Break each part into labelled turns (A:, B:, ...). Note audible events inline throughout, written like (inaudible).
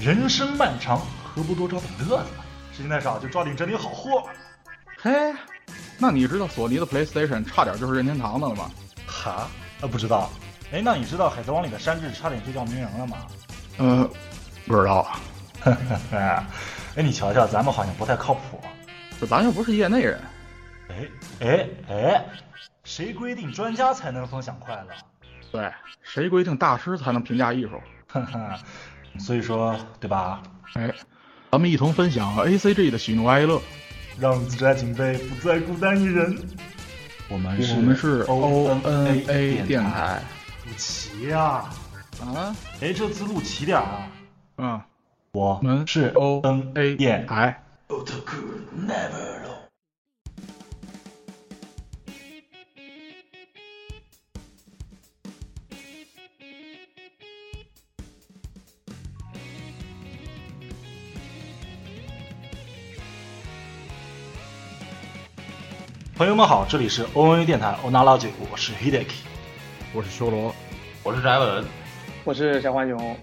A: 人生漫长，何不多找点乐子？时间太少，就抓紧整理好货吧。
B: 嘿，那你知道索尼的 PlayStation 差点就是任天堂的了吗？
A: 哈？啊，不知道。哎，那你知道《海贼王》里的山治差点就叫鸣人了吗？
B: 呃，不知道，啊
A: 哎，你瞧瞧，咱们好像不太靠谱。
B: 这咱又不是业内人。
A: 哎哎哎，谁规定专家才能分享快乐？
B: 对，谁规定大师才能评价艺术？
A: 哈哈，所以说，对吧？
B: 哎，咱们一同分享 ACG 的喜怒哀乐。
A: 让自家警备不再孤单一人。我们
B: 我们是 ONA 电台
A: 不齐呀！
B: 啊，
A: 哎，这字录齐点儿啊！
B: 嗯，
A: 我
B: 我们
A: 是
B: ONA
A: 电
B: 电台。
A: 朋友们好，这里是 ONA 电台 ONA Logic，我是 Hideki。
B: 我是修罗，
C: 我是翟文，
D: 我是小浣熊，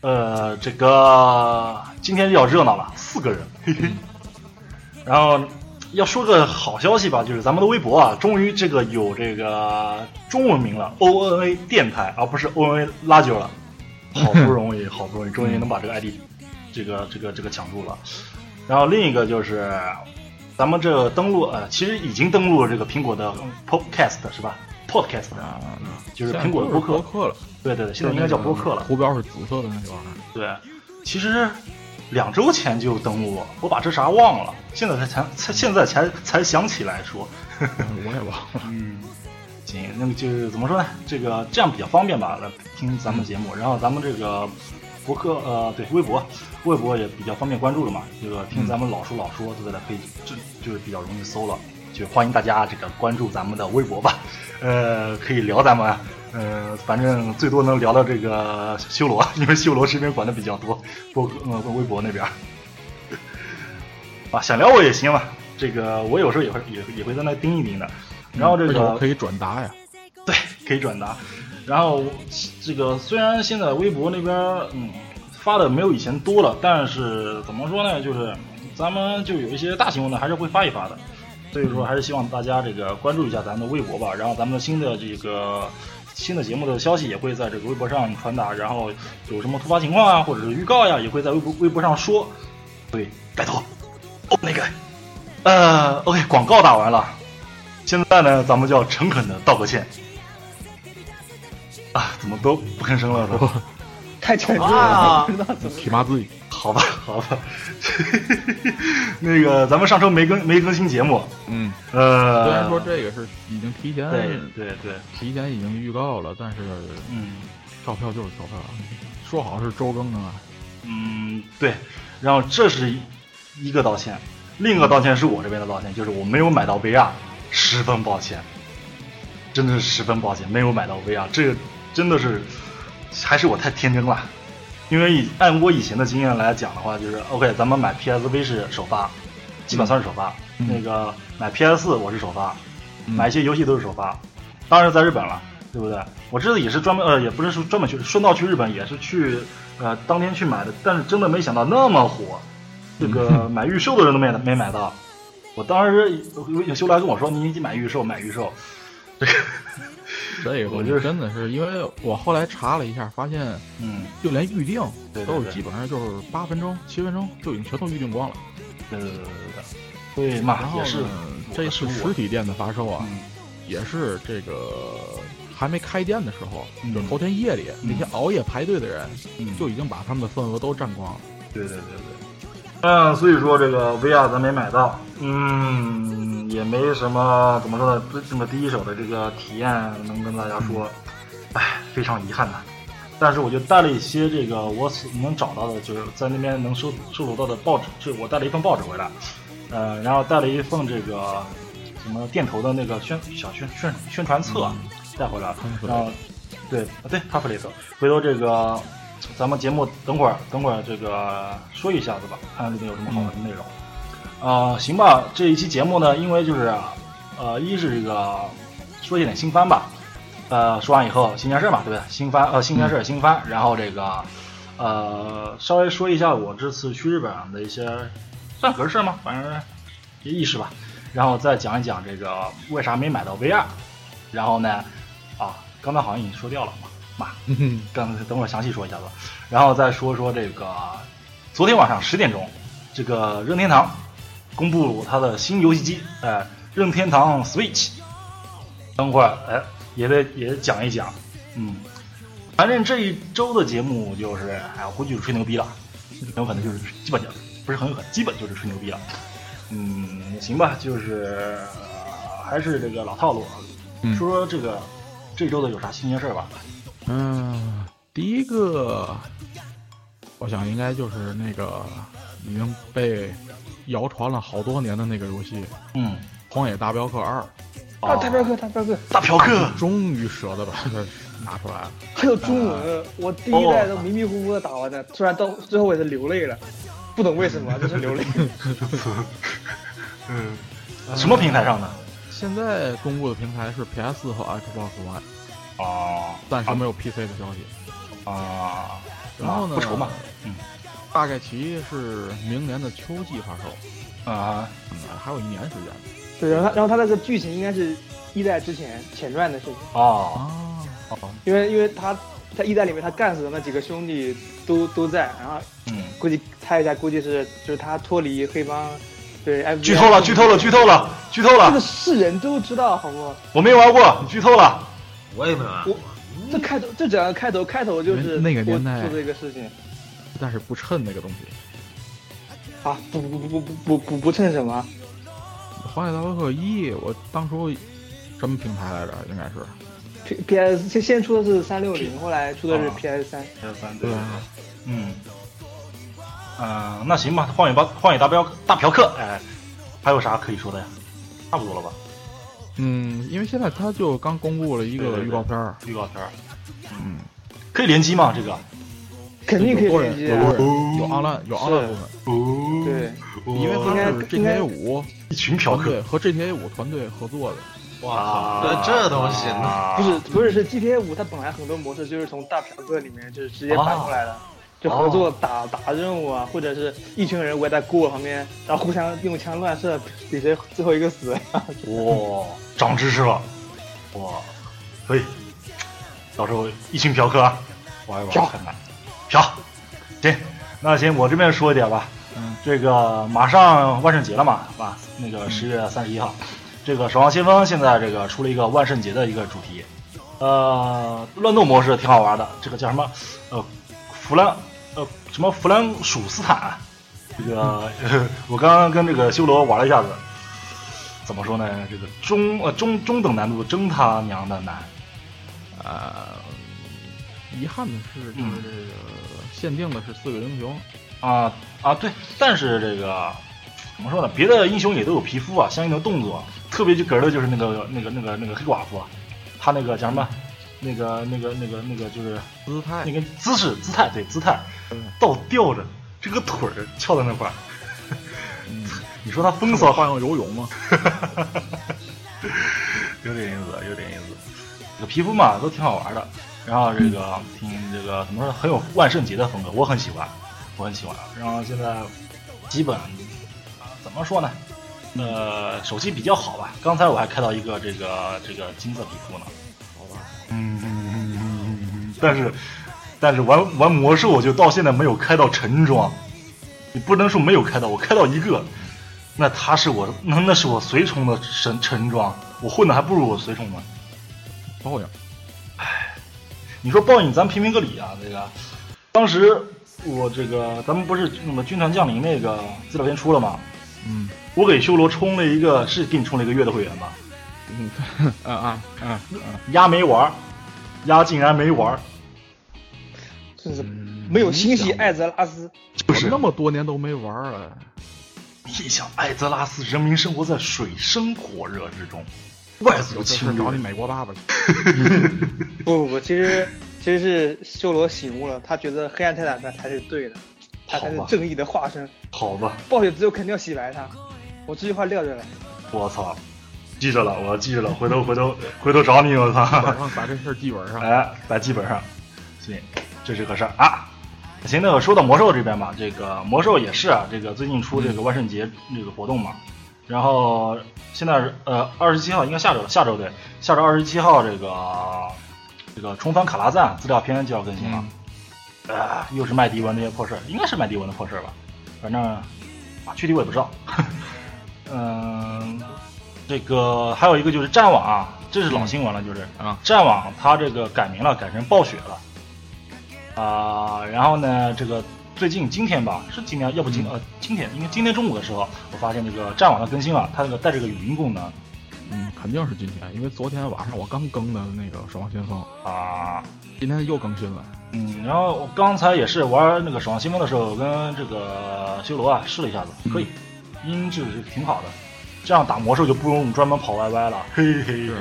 A: 呃，这个今天要热闹了，四个人，嘿嘿。然后要说个好消息吧，就是咱们的微博啊，终于这个有这个中文名了，O N A 电台，而不是 O N A 拉久了。好不容 (laughs) 易，好不容易，终于能把这个 ID，这个这个这个抢住了。然后另一个就是，咱们这个登录呃，其实已经登录了这个苹果的 Podcast 是吧？Podcast
B: 啊，
A: 就是苹果的播客，
B: 客了，
A: 对对对，现在应该叫播客了。
B: 图标是紫色的那个玩意儿。
A: 对，其实两周前就登录了，我把这啥忘了，现在才才才现在才才想起来说，
B: (laughs) 我也忘了。
A: 嗯，行，那么就是怎么说呢？这个这样比较方便吧，来听咱们
B: 嗯
A: 节目，然后咱们这个博客呃，对，微博，微博也比较方便关注了嘛，这个听
B: 嗯
A: 咱们老说老说，对不对？可以这就是比较容易搜了。就欢迎大家这个关注咱们的微博吧，呃，可以聊咱们，呃，反正最多能聊到这个修罗，因为修罗这边管的比较多，博客呃微博那边儿，啊，想聊我也行嘛，这个我有时候也会也也会在那盯一盯的，然
B: (laughs)
A: 后这
B: 而且
A: 个
B: 哎我可以转达呀。
A: 对，可以转达。然后这个虽然现在微博那边嗯发的没有以前多了，但是怎么说呢，就是咱们就有一些大新闻呢，还是会发一发的。所以说，还是希望大家这个关注一下咱们的微博吧。然后咱们的新的这个新的节目的消息也会在这个微博上传达。然后有什么突发情况啊，或者是预告呀，也会在微博微博上说。所以拜托，哦那个，呃，OK，广告打完了，现在呢，咱们就要诚恳的道个歉。啊，怎么都不吭声了都？
D: 哦太沉重
A: 啊
D: 了，不知道怎么。
B: 体骂自己，
A: 好吧，好吧。 (laughs) 那个，咱们上周没更没更新节目，
B: 嗯，
A: 呃，
B: 虽然说这个是已经提前
A: 对对对，
B: 提前已经预告了，但是
A: 嗯
B: 照票就是照票，说好是周更的嘛。
A: 嗯对，然后这是一个道歉，另一个道歉是我这边的道歉，就是我没有买到 VR，十分抱歉，真的是十分抱歉，没有买到 VR，这个真的是还是我太天真了。因为以按我以前的经验来讲的话，就是 OK，咱们买 PSV 是首发，基本算是首发。
B: 嗯
A: 那个买 PS 四我是首发，
B: 嗯
A: 买一些游戏都是首发，当然在日本了，对不对？我这次也是专门呃，也不是说专门去，顺道去日本也是去呃当天去买的，但是真的没想到那么火，这
B: (laughs)
A: 个买预售的人都没没买到。我当时有有修来跟我说，你你买预售买预售，这个
B: 这个东西
A: 我就是
B: 真的是，因为我后来查了一下，发现
A: 嗯，
B: 就连预定
A: 对对
B: 都
A: 对
B: 是基本上就是八分钟、七分钟就已经全都预定光了。
A: 对对对对对，对嘛
B: 然后
A: 啊也是，
B: 呢这
A: 是
B: 次实体店的发售啊，
A: 嗯
B: 也是这个还没开店的时候，
A: 嗯
B: 就是头天夜里
A: 嗯
B: 那些熬夜排队的人
A: 嗯
B: 就已经把他们的份额都占光了。
A: 对对对对。嗯，所以说这个 VR 咱没买到，嗯，也没什么怎么说呢，不这么第一手的这个体验能跟大家
B: 嗯
A: 说，唉，非常遗憾呐。但是我就带了一些这个我所能找到的，就是在那边能收收罗到的报纸，这我带了一份报纸回来，呃，然后带了一份这个什么电头的那个宣小宣宣宣传册、带回来了，
B: Pamphlet
A: 然后对啊对 p a p l e t 回头这个咱们节目等会儿等会儿这个说一下子吧，看看里面有什么好玩的内容。啊、行吧，这一期节目呢，因为就是呃，一是这个说一点新番吧，呃，说完以后新鲜事儿嘛，对不对？新番呃，新鲜事儿新番，然后这个呃，稍微说一下我这次去日本的一些算合适吗？反正这意识吧。然后再讲一讲这个为啥没买到 VR。然后呢，啊，刚才好像已经说掉了嘛，妈，刚才等会儿详细说一下吧。然后再说说这个，昨天晚上十点钟，这个任天堂公布它的新游戏机，呃，任天堂 Switch。等会儿，哎，也得也讲一讲，嗯，反正这一周的节目就是，哎，我估计就是吹牛逼了，有可能就是基本就不是很有可能，基本就是吹牛逼了。嗯，行吧，就是、呃还是这个老套路啊，
B: 嗯
A: 说说这个这周的有啥新鲜事儿吧。
B: 嗯，第一个，我想应该就是那个已经被谣传了好多年的那个游戏《
A: 嗯，
B: 荒野大镖客二
D: 啊，大镖
A: 客，
D: 客，大镖客，
A: 哦大嫖客》， (laughs)
B: 终于舍得把它 (laughs) 拿出来了。
D: 还有中文，我第一代都迷迷糊糊的打完的，虽然到最后也是流泪了，不懂为什么，就是流泪。
A: 嗯，什么平台上的？
B: 现在公布的平台是 PS 和 Xbox One，
A: 哦，
B: 暂时没有 PC 的消息。
A: 啊，
B: 然后呢，
A: 不愁嘛，嗯
B: 大概其是明年的秋季发售，
A: 啊，
B: 嗯，还有一年时间
D: 对，然后他，然后他那个剧情应该是一代之前前传的事情，
A: 哦，
B: 啊。哦，
D: 因为因为他在一代里面他干死的那几个兄弟都都在，然后
A: 嗯，
D: 估计猜一下，估计是就是他脱离黑帮，对，FBI
A: 剧透了，剧透了，剧透了，剧透
D: 这个
A: 了，
D: 是人都知道，好不好？
A: 我没玩过，你剧透了。
C: 我也没玩
D: 我这开头，这整个开头，开头就是
B: 那个
D: 我
B: 年代
D: 做这个事情
B: 但是不趁那个东西。
D: 啊，不不不不不不不不趁什么啊
B: 《荒野大镖客一》，我当初什么平台来着？应该是
D: P P S 先先出的是三六零，后来出的是
A: 啊
D: P S 三，
A: 还有三
B: 对
A: 对
B: 吧？
A: 嗯，呃，那行吧，荒野大荒野大镖大嫖客，哎，还有啥可以说的呀？差不多了吧？
B: 嗯，因为现在他就刚公布了一
A: 对
B: 个
A: 对对
B: 预告片儿，
A: 预告片儿
B: 嗯，
A: 可以联机吗？这个？
D: 肯定可以
B: 有多
D: 联
B: 人
D: 机
B: 有
D: 啊
B: 多。人有 online 有 online 部分，
A: 哦
D: 对，
B: 因为
D: 应该
B: 他是
D: 应该
B: GTA 五
A: 一群嫖
B: 团
A: 客
B: 队，和 GTA 五团队合作的，
A: 哇
C: 对这东西
A: 啊
B: 啊
D: 不是不是是 G T A 五，它本来很多模式就是从大嫖客里面就是直接搬过来的，
B: 啊
D: 就合作打、打任务啊，或者是一群人围在篝火旁边，然后互相用枪乱射，比谁最后一个死。啊
A: 哇，长知识了，哇，可以，到时候一群嫖客啊玩一玩
D: 嫖
A: 看看，嫖，行，那行我这边说一点吧，
B: 嗯，
A: 这个马上万圣节了嘛，是吧？那个十月三十一号，这个《守望先锋》现在这个出了一个万圣节的一个主题，呃，乱斗模式挺好玩的，这个叫什么？呃，弗兰呃什么弗兰属斯坦，啊这个 (laughs) 我刚刚跟这个修罗玩了一下子，怎么说呢？这个中呃中中等难度，真他娘的难！
B: 呃，遗憾的是就
A: 嗯
B: 是这个限定的是四个英雄，
A: 啊啊，对，但是这个怎么说呢？别的英雄也都有皮肤啊，相应的动作，特别就嗝儿的就是那个那个那个那个黑寡妇啊，她那个叫什么？那个那个那个那个就是
B: 姿态
A: 那个姿势姿态，对姿态
B: 嗯，
A: 倒吊着，这个腿儿翘在那块儿，
B: 嗯，
A: (laughs) 你说她风
B: 骚
A: 骚，
B: 换游泳嘛，
A: (laughs) 有点意思，有点意思。这个皮肤嘛都挺好玩的，然后这个挺这个怎么说，很有万圣节的风格，我很喜欢，我很喜欢。然后现在基本啊怎么说呢？呃，手气比较好吧。刚才我还开到一个这个这个金色皮肤呢，
B: 好吧，
A: 嗯嗯嗯嗯嗯，但是但是玩玩魔兽，我就到现在没有开到橙装，你不能说没有开到，我开到一个，那他是我那那是我随从的橙橙装，我混的还不如我随从呢。
B: 报应，
A: 你说报应，咱评评个理啊！这个，当时我这个咱们不是那么军团降临那个资料片出了吗？
B: 嗯
A: 我给修罗充了一个，是给你充了一个月的会员吧？
B: 嗯嗯啊嗯嗯
A: 丫没玩儿，丫竟然没玩儿，
D: 真是
B: 嗯，
D: 没有欣喜
B: 你想
D: 艾泽拉斯，
A: 就
B: 我
A: 是
B: 那么多年都没玩儿了，
A: 一想艾泽拉斯人民生活在水深火热之中，外族
B: 有事
A: 侵
B: 儿
A: 略
B: 找你美国
A: (laughs)
B: 爸爸去。
D: 不不不，其实其实是修罗醒悟了，他觉得黑暗泰坦才才是对的，他才是
A: 好吧
D: 正义的化身，
A: 好吧，
D: 暴雪只有肯定要洗白他。我这句话撂着了，
A: 我操，记着了，我记着了，回头回头回头找你，我操。
B: 晚上把这事儿记本上。
A: 哎，在基本上，行，这是个事儿啊。行，那个说到魔兽这边嘛，这个魔兽也是啊，这个最近出这个万圣节这个活动嘛，然后现在呃二十七号应该下周下周对，下周二十七号这个这个重返卡拉赞资料片就要更新了，啊、又是麦迪文那些破事儿，应该是麦迪文的破事儿吧，反正啊具体我也不知道， (laughs) 嗯、这个还有一个就是战网啊，这是老新闻了，就是
B: 啊，
A: 战网它这个改名了，改成暴雪了。啊、然后呢，这个最近今天吧，是今天，要不今、
B: 嗯
A: 呃今天，因为今天中午的时候，我发现这个战网它更新了，它那个带这个语音功能
B: 嗯，肯定是今天，因为昨天晚上我刚更的那个《守望先锋》，
A: 啊、
B: 今天又更新了。
A: 嗯，然后我刚才也是玩那个守望先锋的时候，我跟这个修罗啊试了一下子，
B: 嗯
A: 可以，音质是挺好的，这样打魔兽就不用专门跑 YY 了，嘿嘿嘿。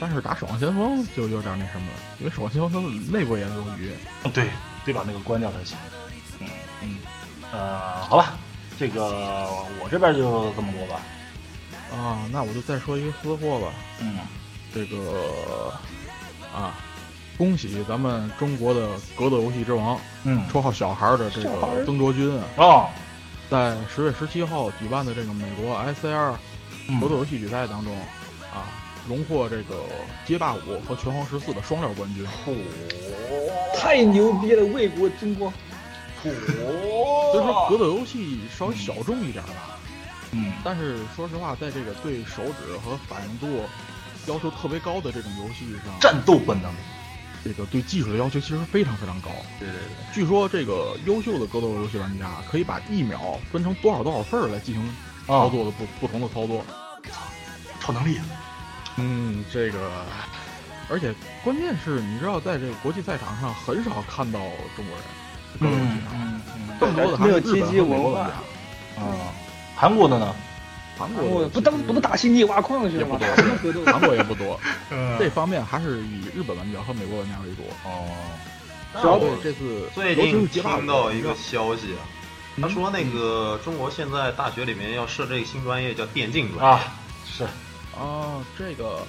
B: 但是打《守望先锋》就有点那什么了，因为《守望先锋》内部也有鱼。
A: 嗯对，得把那个关掉才行。嗯
B: 嗯，
A: 呃，好吧，这个我这边就这么多吧。
B: 啊，那我就再说一个私货吧。
A: 嗯，
B: 这个啊，恭喜咱们中国的格斗游戏之王，
A: 嗯，
B: 绰号小孩儿的这
D: 小孩
B: 个
D: 儿
B: 曾卓君啊，
A: 哦，
B: 在十月十七号举办的这个美国 SCR
A: 嗯
B: 格斗游戏比赛当中啊，荣获这个街霸五和拳皇十四的双料冠军。
D: 太牛逼了，为国争光。
B: 所以说格
A: 哦，
B: 斗游戏稍微小众一点吧，
A: 嗯
B: 但是说实话，在这个对手指和反应度要求特别高的这种游戏上，
A: 战斗本能。
B: 这个对技术的要求其实非常非常高。
A: 对对对，
B: 据说这个优秀的格斗游戏玩家可以把一秒分成多少多少份儿来进行
A: 哦
D: 啊
B: 操作的不、不同的操作。
A: 超能力。啊
B: 嗯，这个，而且关键是，你知道，在这个国际赛场上很少看到中国人，格斗游戏上
A: 嗯嗯
B: 更多的还是日
D: 没有
B: 本
D: 积极
B: 和美国
D: 文化
B: 玩家，
A: 啊，韩国的呢？
B: 韩国
D: 我
B: 的
D: 不当不都打星际挖矿去
B: 也
D: 了
B: 不
D: 吗？ (laughs)
B: 多
D: 打什么格斗？
B: 韩国也不多，
A: 嗯
B: 这方面还是以日本玩家和美国玩家为主。
A: 哦，
C: 但
B: 主要
C: 我
B: 对这次
C: 最
B: 尤其
C: 近
B: 是街霸
C: 听到一个消息啊，
B: 嗯
C: 他说那个中国现在大学里面要设这个新专业叫电竞专业，
A: 啊，是，
B: 啊，这个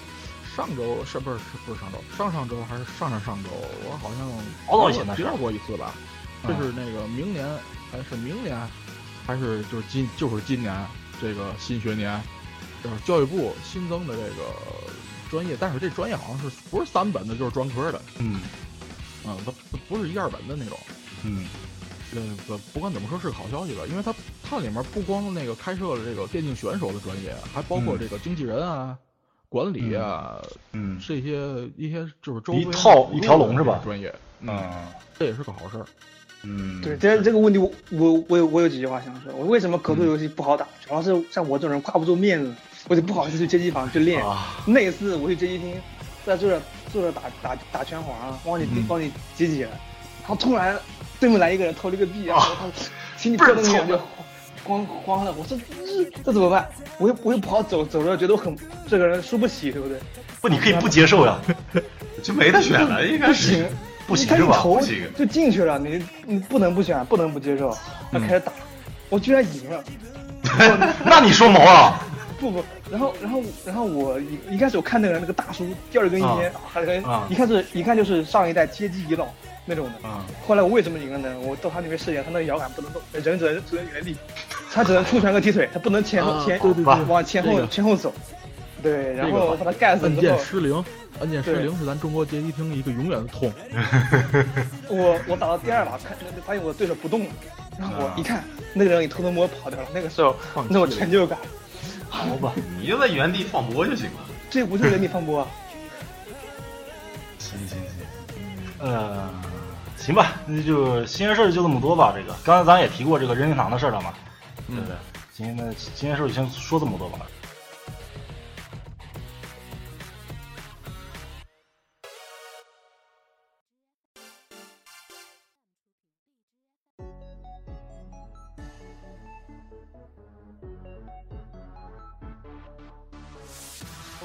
B: 上周是不是是不是上周？上上周还是上上上周？我好像
A: 好早以前的
B: 提
A: 事儿
B: 到过一次吧。
A: 嗯
B: 就是那个明年，还是明年，还是就是今就是今年这个新学年，就是教育部新增的这个专业，但是这专业好像是不是三本的，就是专科的，
A: 嗯
B: 嗯，它不不是一二本的那种。
A: 嗯
B: 呃，不不管怎么说是个好消息吧，因为它它里面不光那个开设了这个电竞选手的专业，还包括
A: 嗯
B: 这个经纪人啊、管理啊、
A: 嗯
B: 这些一些就是周
A: 一
B: 边
A: 套
B: 辅
A: 一
B: 助
A: 条
B: 的
A: 龙
B: 这
A: 是
B: 个
A: 吧
B: 专业，嗯，
A: 嗯
B: 这也是个好事儿。
A: 嗯，
D: 对，这这个问题我我我有我有几句话想说。我为什么格斗游戏不好打？主要是像我这种人挂不住面子，我就不好意思去街机房去练。
A: 啊，
D: 那一次我去街机厅，在坐着坐着打打打拳皇，忘记
A: 嗯
D: 忘记集几了，然后突然对面来一个人投了一个币，然后他请你
A: 倍儿
D: 破个脸
A: 丑
D: 就慌慌了。我说这这怎么办？我又我又不好走走着，觉得我很这个人输不起，对不对？
A: 不，你可以不接受呀。
C: 就没得选了，应该
D: 不
C: 是
D: 行。，
A: 不行
D: 你看
A: 是吧
D: 你投
C: 不行
D: 就进去了，你你不能不选，不能不接受。他开始打，我居然赢了。
C: (laughs)
A: 那你说毛啊？
D: 不不，然后然后然后我一一开始我看那个人那个大叔叼着根烟，还有个人
A: 啊
D: 一看是一看就是上一代街机遗老那种的。
A: 啊，
D: 后来我为什么赢了呢？我到他那边试验，他那个摇杆不能动，人只能只能原地，他只能出拳和踢腿，他不能前后
B: 啊
D: 前
B: 对对
A: 对
D: 往前
B: 这
D: 后
B: 个
D: 前后走。对，然
B: 这个
D: 后我把他干死
B: 按
D: 之
B: 键
D: 后，
B: 失灵，按键失
D: 对
B: 灵是咱中国街机厅一个永远的痛。
D: 我我打到第二把，看那发现我对手不动了，然后我一看，那个人也偷偷摸摸跑掉了。那个时候
B: 放，弃
D: 那种
B: 了
D: 成就感，
A: 好吧，
C: 你就在原地放播就行了。
D: 这不就是人体放波啊？
C: 行行行，
A: 呃，行吧，那就新鲜事儿就这么多吧。这个刚才咱也提过这个任天堂的事儿了嘛，对不对？行，那今天事儿就先说这么多吧。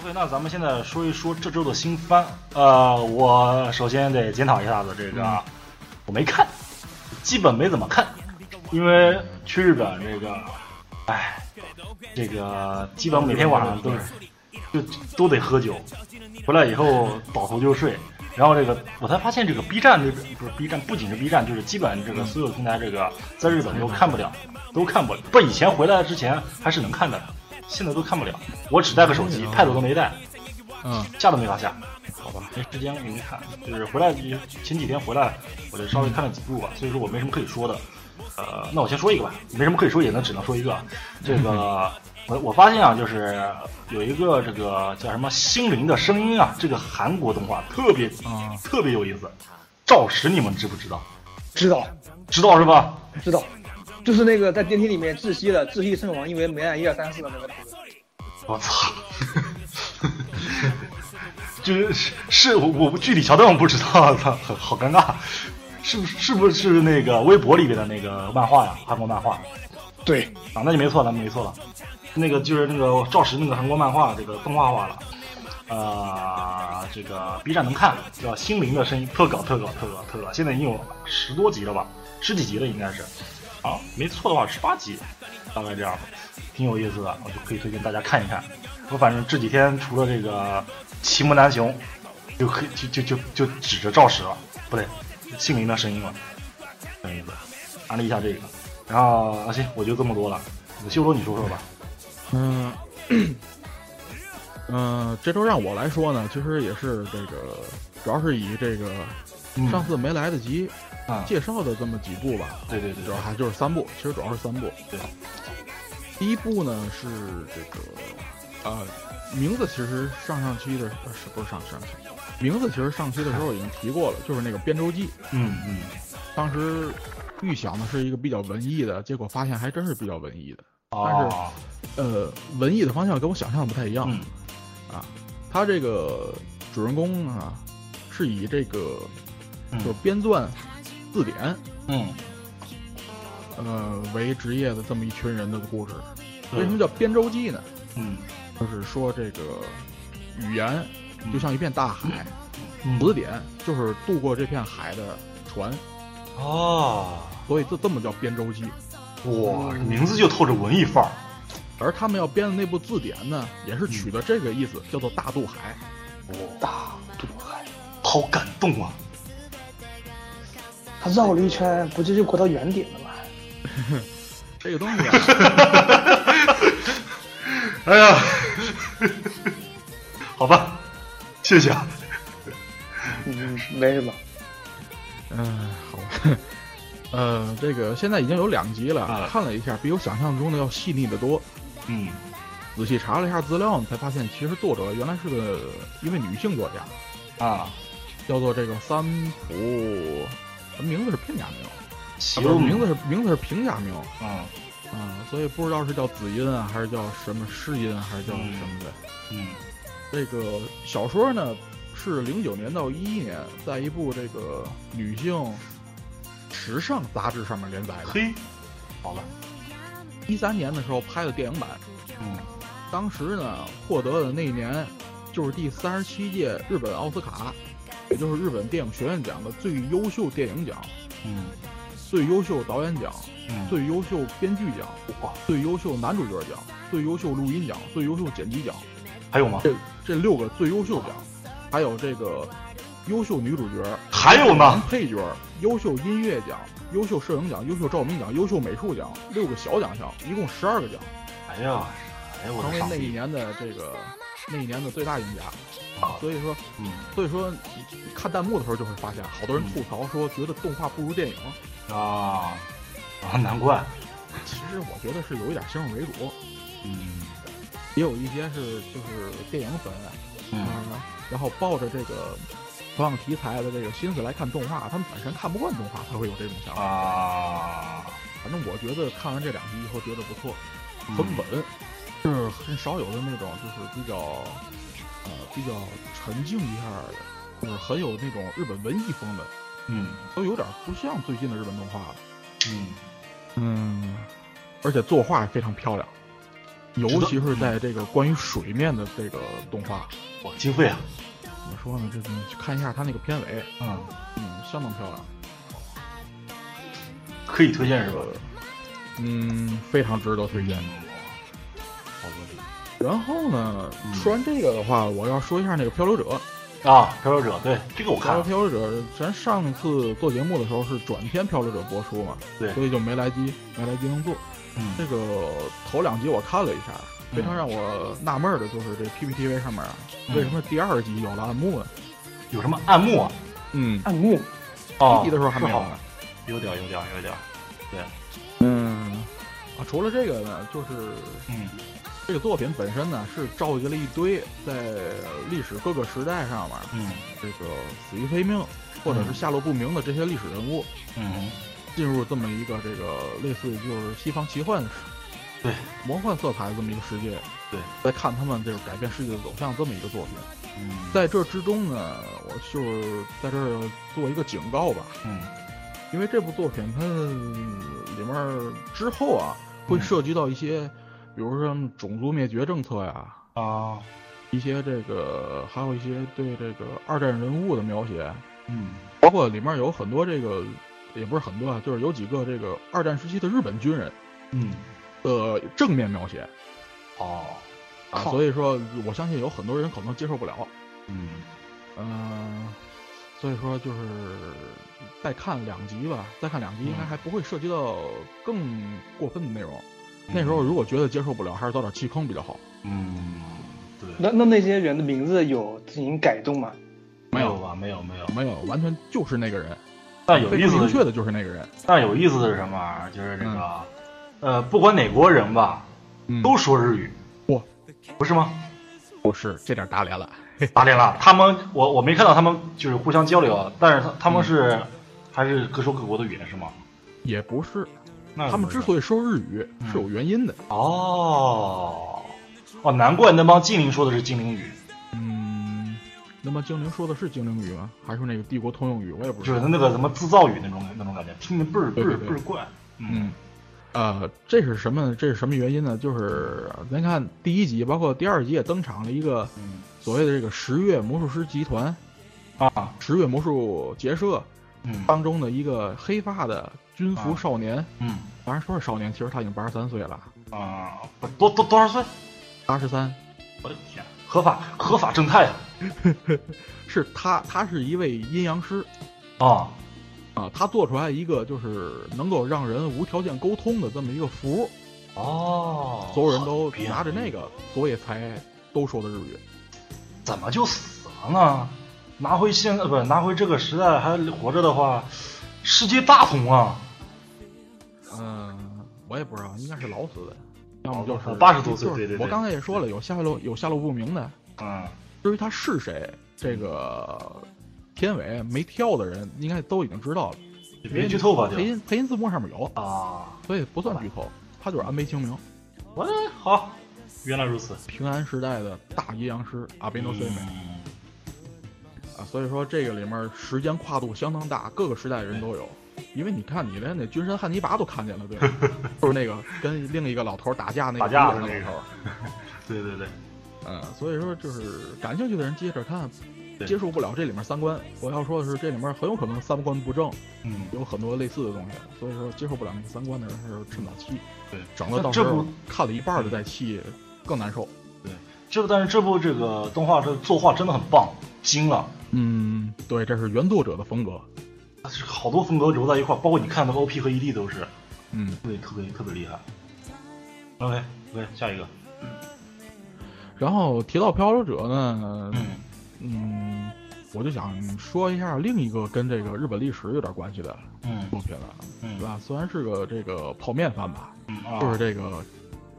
A: OK，那咱们现在说一说这周的新番。呃，我首先得检讨一下子，这个、
B: 嗯
A: 我没看，基本没怎么看，因为去日本这个，哎，这个基本每天晚上都是就都得喝酒，回来以后倒头就睡，然后这个我才发现，这个 B 站这个不是 B 站，不仅是 B 站，就是基本这个所有平台这个在日本都看不了，都看不了。不，以前回来之前还是能看的，现在都看不了。我只带个手机
B: 嗯
A: ，pad 都没带，
B: 嗯，
A: 下都没法下，
B: 好吧，
A: 没时间给你看。就是回来前几天回来，我就稍微看了几部吧，所以说我没什么可以说的。呃，那我先说一个吧，没什么可以说，也能只能说一个。啊这 (laughs) 个我我发现啊，就是有一个这个叫什么《心灵的声音》啊，这个韩国动画特别
B: 啊，
A: 特别有意思。赵石，你们知不知道？
D: 知道
A: 知道是吧？
D: 知道，就是那个在电梯里面窒息了，窒息身亡，因为没按一二三四的那个图。
A: (laughs) 我操！就是是我我具体桥段我不知道，操，好好尴尬。是不是是不是那个微博里边的那个漫画呀？韩国漫画
D: 对，
A: 啊，那就没错了，没错了。那个就是那个赵石那个韩国漫画这个动画化了，呃，这个 B 站能看，叫《心灵的声音》，特搞特搞特搞特搞，现在已经有十多集了吧，十几集了应该是，啊，没错的话十八集，大概这样吧，挺有意思的，我就可以推荐大家看一看。我反正这几天除了这个奇木南雄，就可以就就就就指着赵石了，不对，姓名的声音了，等意思，安利一下这个。然后啊，行，我就这么多了。修罗，你说说吧。
B: 嗯。嗯，这周让我来说呢，其实也是这个，主要是以这个
A: 嗯
B: 上次没来得及
A: 啊，
B: 介绍的这么几部吧，
A: 对对对
B: 主
A: 对
B: 要，还就是三部，其实主要是三部。
A: 对，
B: 第一部呢是这个，呃，名字其实上上期的呃是不是上上期？名字其实上期的时候已经提过了，就是那个编舟记。
A: 嗯嗯，
B: 当时预想的是一个比较文艺的，结果发现还真是比较文艺的。
A: 哦，
B: 呃，文艺的方向跟我想象的不太一样。
A: 嗯
B: 啊，他这个主人公啊，是以这个就是
A: 嗯
B: 编纂字典，
A: 嗯，
B: 呃为职业的这么一群人的故事。
A: 对
B: 为什么叫编舟记呢？
A: 嗯
B: 就是说这个语言
A: 嗯
B: 就像一片大海，
A: 嗯
B: 词典就是渡过这片海的船，
A: 哦，
B: 所以这这么叫编舟记。
A: 哇，名字就透着文艺范儿。
B: 而他们要编的那部字典呢，也是取的这个意思，
A: 嗯
B: 叫做大渡海。
A: 哇，
D: 大渡海，
A: 好感动啊！
D: 他绕了一圈，不就就回到原点了吗？
B: 这个东西
A: (laughs)
B: 啊，
A: 哎呀， (laughs) 好吧，谢谢啊。
D: 嗯，没什么。
A: 哎
B: 嗯，好吧。 (laughs) 呃，这个现在已经有两集了，
A: 啊
B: 看了一下，比我想象中的要细腻的多。
A: 嗯，
B: 仔细查了一下资料呢，才发现其实作者原来是个一位女性作家，
A: 啊，
B: 叫做这个三浦，名字是片假名，
A: 喜
B: 啊不是
A: 欧
B: 名字，是名字是平假名
A: 嗯
B: 啊，所以不知道是叫子音啊，还是叫什么诗音啊，还是叫什么的。
A: 嗯
B: 这个小说呢是零九年到一一年在一部这个女性时尚杂志上面连载的，
A: 嘿，好了，
B: 一三年的时候拍的电影版，
A: 嗯
B: 当时呢获得的那一年就是第三十七届日本奥斯卡，也就是日本电影学院奖的最优秀电影奖、
A: 嗯
B: 最优秀导演奖、
A: 嗯，
B: 最优秀编剧奖、
A: 哇，
B: 最优秀男主角奖、最优秀录音奖、最优秀剪辑奖，
A: 还有吗？
B: 这这六个最优秀奖，还有这个优秀女主角、
A: 还有
B: 男
A: 呢？
B: 配角、优秀音乐奖、优秀摄影奖、优秀照明奖、优秀美术奖，六个小奖项，一共十二个奖，
A: 哎呀，哎呀，我的
B: 成为
A: 上
B: 那一
A: 帝
B: 年的这个那一年的最大赢家。
A: 啊！
B: 所以说，
A: 嗯，
B: 所以说看弹幕的时候就会发现，好多人吐槽说觉得动画不如电影，
A: 啊啊，难怪，
B: 其实我觉得是有一点先入为主，
A: 嗯
B: 也有一些是就是电影粉，
A: 嗯，
B: 嗯，然后抱着这个同样题材的这个心思来看动画，他们本身看不惯动画，才会有这种想法。
A: 啊，
B: 反正我觉得看完这两集以后觉得不错，
A: 嗯
B: 很稳，是很少有的那种就是比较呃比较沉静一下的，就是很有那种日本文艺风的，
A: 嗯
B: 都有点不像最近的日本动画了。
A: 嗯，
B: 嗯，而且作画也非常漂亮，尤
A: 值得
B: 其是在这个关于水面的这个动画，
A: 哇，经费啊，
B: 怎么说呢？这你去看一下它那个片尾，
A: 嗯，
B: 嗯，相当漂亮，
A: 可以推荐是吧？
B: 嗯，非常值得推荐。
A: 好吧，
B: 然后呢
A: 嗯，
B: 嗯说完这个的话，我要说一下那个《漂流者》，
A: 啊，漂流者，对这个我看了，
B: 漂漂流者，咱上次做节目的时候是转天漂流者播出嘛，
A: 对
B: 所以就没来及没来及能做。
A: 嗯
B: 这个头两集我看了一下，非常
A: 嗯
B: 让我纳闷儿的就是这 PPTV 上面啊，
A: 嗯
B: 为什么第二集有了暗幕呢？
A: 有什么暗幕啊？
B: 嗯，
D: 暗幕
A: 哦，
B: 第一的时候还没有
A: 是
B: 呢
A: 哈。
C: 有点儿有点儿有点儿。
B: 嗯，啊，除了这个呢，就是
A: 嗯
B: 这个作品本身呢是召集了一堆在历史各个时代上面
A: 嗯
B: 这个死于非命或者是下落不明的这些历史人物，
A: 嗯
B: 进入这么一个这个类似于就是西方奇幻史
A: 对
B: 魔幻色彩的这么一个世界，
A: 对，
B: 在看他们就是改变世界的走向这么一个作品。
A: 嗯，
B: 在这之中呢，我就是在这儿做一个警告吧，
A: 嗯
B: 因为这部作品它里面儿之后啊，会
A: 嗯
B: 涉及到一些，比如说种族灭绝政策呀，
A: 啊
B: 一些这个，还有一些对这个二战人物的描写，
A: 嗯
B: 包括里面有很多这个，也不是很多啊，就是有几个这个二战时期的日本军人
A: 嗯，
B: 的正面描写
A: 哦
B: 啊，
D: 靠
B: 所以说我相信有很多人可能接受不了，
A: 嗯
B: 嗯、所以说就是再看两集吧，再看两集应该
A: 嗯
B: 还不会涉及到更过分的内容。那时候如果觉得接受不了，还是早点弃坑比较好。
A: 嗯对，
D: 那那那些人的名字有进行改动吗？
A: 没有吧？没有没有，
B: 没有，完全就是那个人，
A: 但有
B: 非
A: 意
B: 常
A: 思
B: 明
A: 的
B: 确的就是那个人，
A: 但有意思的是什么啊？就是这个，
C: 嗯
A: 呃，不管哪国人吧，
B: 嗯，
A: 都说日语，
B: 哇，
A: 不是吗？
B: 不是这点打脸了。
A: 打脸了，他们我我没看到他们就是互相交流啊，但是他他
B: 嗯
A: 们是、还是各说各国的语言是吗？
B: 也不是，
A: 那
B: 他们之所以说日语
A: 嗯
B: 是有原因的。
A: 以哦哦，难怪那帮精灵说的是精灵语，
B: 嗯，那么精灵说的是精灵语吗？还是那个帝国通用语？我也不知
A: 就是
B: 道。
A: 那个什么自造语那种那种感觉，听着倍儿倍
B: 对
A: 儿
B: 对
A: 倍
B: 对
A: 儿怪。
B: 嗯，呃，这是什么？这是什么原因呢？就是咱看第一集，包括第二集也登场了一个
A: 嗯
B: 所谓的这个十月魔术师集团、
A: 啊
B: 十月魔术结社
A: 嗯
B: 当中的一个黑发的军服
A: 啊
B: 少年。
A: 嗯
B: 当然说是少年，其实他已经八十三岁了，
A: 啊，不多多多少岁？
B: 八十三。
A: 我的天，合法合法正太啊！
B: 是他，他是一位阴阳师。
A: 啊
B: 啊，他做出来一个就是能够让人无条件沟通的这么一个符，
A: 哦，
B: 所有人都
A: 好
B: 拿着那
A: 便
B: 个，所以才都说的日语。
A: 宜，怎么就死了呢？拿回现呃在不拿回这个时代还活着的话，世界大同啊！
B: 嗯，我也不知道，应该是老死的，要么就是
A: 80多岁
B: 就是
A: 对对对
B: 我刚才也说了，有下落有下落不明的。
A: 嗯
B: 至于他是谁，这个片尾没跳的人应该都已经知道了，
A: 就别剧透吧就
B: 配音配音字幕上面有，
A: 啊！
B: 所以不算剧透。他就是安倍晴明，
A: 我好，原来如此。
B: 平安时代的大阴阳师阿贝诺森美。
A: 嗯
B: 啊，所以说这个里面时间跨度相当大，各个时代的人都有。因为你看，你连那军神汉尼拔都看见了，
A: (laughs)
B: 对吧？就是那个跟另一个老头打架那个
A: 打架的
B: 的
A: 那
B: 老
A: 个
B: 头儿。
A: 对对对，
B: 嗯，所以说就是感兴趣的人接着看，
A: 对
B: 接受不了这里面三观。我要说的是，这里面很有可能三观不正，
A: 嗯，
B: 有很多类似的东西。所以说接受不了那个三观的人，还是趁早弃，
A: 对。
B: 整的到时
A: 这部
B: 候看了一半儿的再弃更难受。
A: 这部但是这部这个动画这作画真的很棒，啊惊了，
B: 嗯，对，这是原作者的风格。
A: 好多风格揉在一块儿，包括你看的 OP 和 ED 都是
B: 嗯。
A: 特别特别特别厉害。OK OK，下一个，
B: 然后提到漂流者呢，
A: 嗯
B: 嗯，我就想说一下另一个跟这个日本历史有点关系的
A: 嗯
B: 作品了，对
A: 嗯
B: 吧？虽然是个这个泡面番吧，
A: 嗯啊
B: 就是这个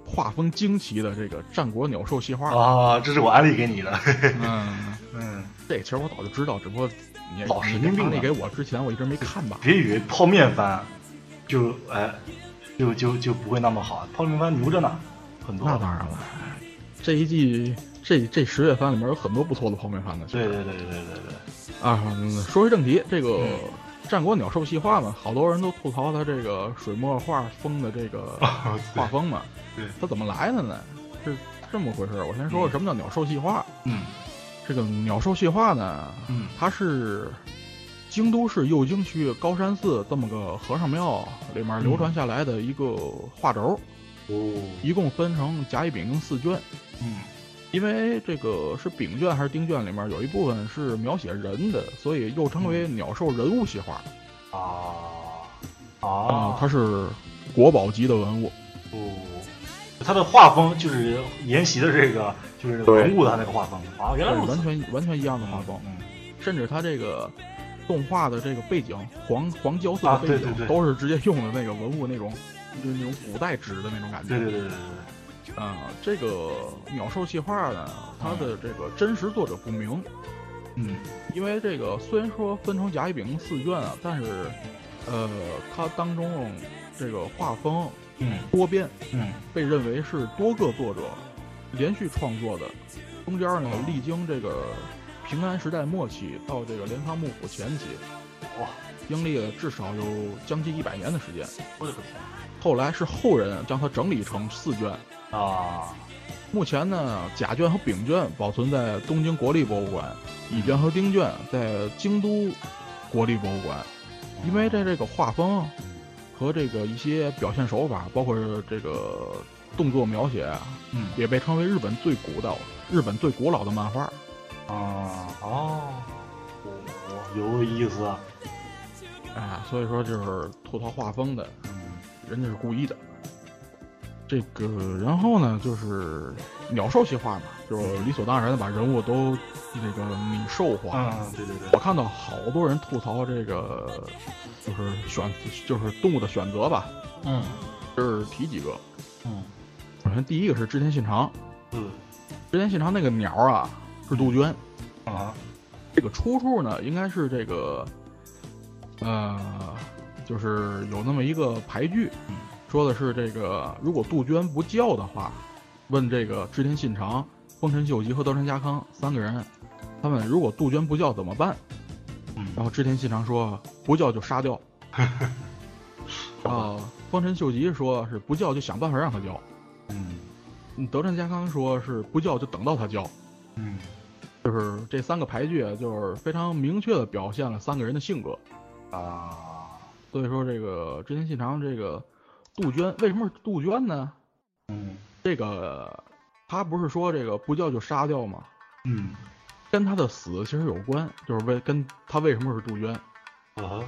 B: 画风惊奇的这个战国鸟兽细画，
A: 啊，这是我安利给你的，
B: 嗯，
A: 嗯，
B: 这其实我早就知道，只不过你
A: 老神经病了
B: 你给我之前我一直没看吧。
A: 别以为泡面番就哎就就就不会那么好，泡面番牛着呢，很多。
B: 那当然了，这一季这这十月番里面有很多不错的泡面番的，
A: 对对对对对对
B: 啊，嗯说回正题，这个
A: 嗯
B: 战国鸟兽细画嘛，好多人都吐槽它这个水墨画风的这
A: (laughs)
B: 个
A: 啊对
B: 画风嘛，
A: 对
B: 它怎么来的呢？是这么回事儿。我先说说什么叫鸟兽细画。
A: 嗯
B: 这个鸟兽细画呢，
A: 嗯
B: 它是京都市右京区高山寺这么个和尚庙里面流传下来的一个画轴，
A: 哦
B: 一共分成甲乙丙丁四卷。
A: 嗯
B: 因为这个是丙卷还是丁卷里面有一部分是描写人的，所以又称为鸟兽人物系画。
A: 啊
B: 啊、
A: 啊，
B: 它是国宝级的文物。
A: 他哦的画风就是沿袭的这个就是文物的他那个画风啊，原来
B: 对
A: 如
B: 完
A: 此。
B: 全完全一样的画风，
A: 嗯
B: 甚至它这个动画的这个背景，黄黄胶色
A: 啊
B: 的背景、
A: 对对对
B: 都是直接用的那个文物那种，就是那种古代纸的那种感觉。
A: 对对对对对
B: 啊、这个鸟兽系画呢，它的这个真实作者不明，
A: 对，嗯
B: 因为这个虽然说分成甲乙丙四卷啊，但是呃，它当中这个画风
A: 嗯
B: 多变，
A: 嗯
B: 被认为是多个作者连续创作的，中间呢
A: 哦
B: 历经这个平安时代末期到这个镰仓幕府前期，
A: 哇，
B: 经历了至少有将近一百年的时间。
A: 我的个天
B: 后来是后人啊将它整理成四卷，
A: 啊！
B: 目前呢甲卷和丙卷保存在东京国立博物馆，
A: 嗯
B: 乙卷和丁卷在京都国立博物馆。因为在这个画风和这个一些表现手法，包括是这个动作描写啊，
A: 嗯
B: 也被称为日本最古道、日本最古老的漫画。
A: 啊哦，哦有意思啊！
B: 哎，所以说就是吐槽画风的，
A: 嗯
B: 人家是故意的。这个，然后呢，就是鸟兽系画嘛，就是理所当然的把人物都那个拟兽化。
A: 嗯，对对
B: 我
A: 对，
B: 看到好多人吐槽这个，就是选就是动物的选择吧，
A: 嗯
B: 就是提几个。
A: 嗯
B: 首先第一个是织田信长，
A: 嗯
B: 织田信长那个鸟啊是杜鹃，
A: 啊
B: 这个出处呢应该是这个，呃，就是有那么一个牌句，嗯说的是这个如果杜鹃不叫的话，问这个织田信长、丰臣秀吉和德川家康三个人，他们如果杜鹃不叫怎么办？然
A: 嗯
B: 后织田信长说不叫就杀掉，然后丰臣秀吉说是不叫就想办法让他叫，
A: 嗯
B: 德川家康说是不叫就等到他叫。
A: 嗯
B: 就是这三个牌局，就是非常明确的表现了三个人的性格。
A: 啊
B: 所以说，这个织田信长这个杜鹃，为什么是杜鹃呢？
A: 嗯
B: 这个他不是说这个不叫就杀掉吗？
A: 嗯
B: 跟他的死其实有关，就是为跟他为什么是杜鹃。
A: 啊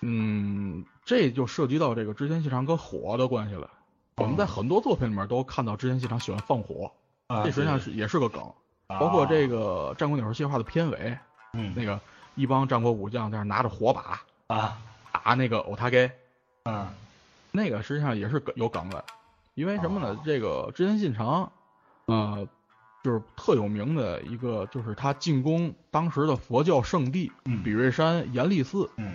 B: 嗯，这就涉及到这个织田信长跟火的关系了。我们在很多作品里面都看到织田信长喜欢放火，
A: 哦啊！
B: 这实际上
A: 对
B: 是也是个梗。包括这，个《战国鸟兽计划》的片尾，
A: 啊嗯
B: 那个一帮战国武将在那儿拿着火把，
A: 啊
B: 打那个欧塔给，
A: 嗯
B: 那个实际上也是梗有梗的，因为什么
A: 哦
B: 呢？这个织田信长，呃，就是特有名的一个，就是他进攻当时的佛教圣地
A: 嗯
B: 比瑞山严立寺，
A: 嗯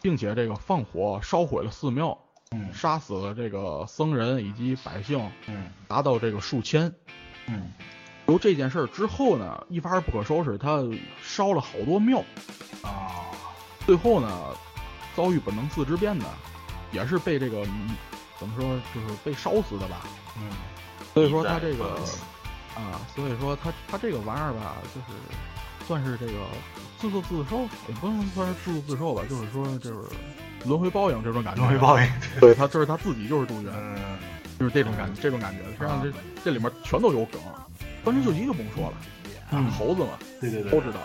B: 并且这个放火烧毁了寺庙，
A: 嗯
B: 杀死了这个僧人以及百姓，
A: 嗯
B: 达到这个数千。
A: 嗯
B: 由这件事儿之后呢，一发而不可收拾，他烧了好多庙，
A: 啊
B: 最后呢，遭遇本能寺之变呢，也是被这个嗯怎么说，就是被烧死的吧。
A: 嗯
B: 所以说他这个
C: 一战
B: 啊，所以说他他这个玩意儿吧，就是算是这个自作自受，也不能算是自作自受吧，就是说就是轮回报应这种感觉。
A: 轮回报应，
B: 对他就是他自己就是杜鹃，
A: 嗯
B: 就是这种感这种感
A: 啊
B: 觉。实际上这这里面全都有梗，关之秀吉就不用说了，啊
A: 嗯
B: 猴子嘛
A: 对对对，
B: 都知道。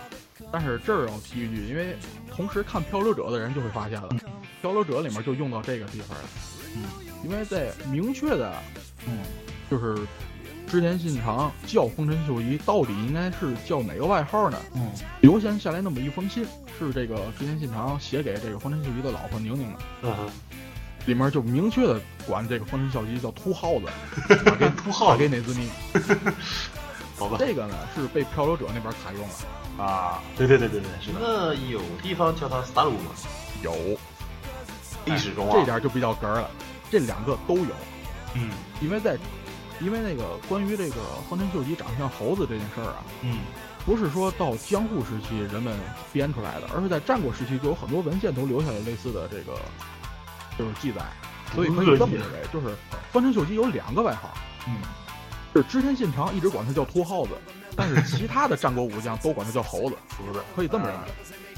B: 但是这儿要提一句，因为同时看《漂流者》的人就会发现了，《漂流者》里面就用到这个地方了，
A: 嗯
B: 因为在明确的
A: 嗯
B: 就是织田信长叫丰臣秀吉到底应该是叫哪个外号呢？
A: 嗯
B: 留下下来那么一封信，是这个织田信长写给这个丰臣秀吉的老婆宁宁的，
A: 嗯，
B: 里面就明确的管这个丰臣秀吉叫秃 (laughs) 耗子，打给
A: 秃
B: 打
A: 耗
B: 给哪兹咪。
A: 好吧
B: 这个呢是被漂流者那边采用了，
A: 啊，对对对对对，是的，
C: 那有地方叫它萨鲁吗？
B: 有
C: 历史中
B: 这
C: 啊，
B: 点就比较哏儿了，这两个都有，
A: 嗯
B: 因为在因为那个关于这个丰臣秀吉长得像猴子这件事儿啊，
A: 嗯
B: 不是说到江户时期人们编出来的，而是在战国时期就有很多文献都留下了类似的这个就是记载，所以可以这么认为，嗯就是呃丰臣秀吉有两个外号，
A: 嗯
B: 就是织田信长一直管他叫秃耗子，但是其他的战国武将都管他叫猴子，
A: 胡子，
B: (laughs) 可以这么认为。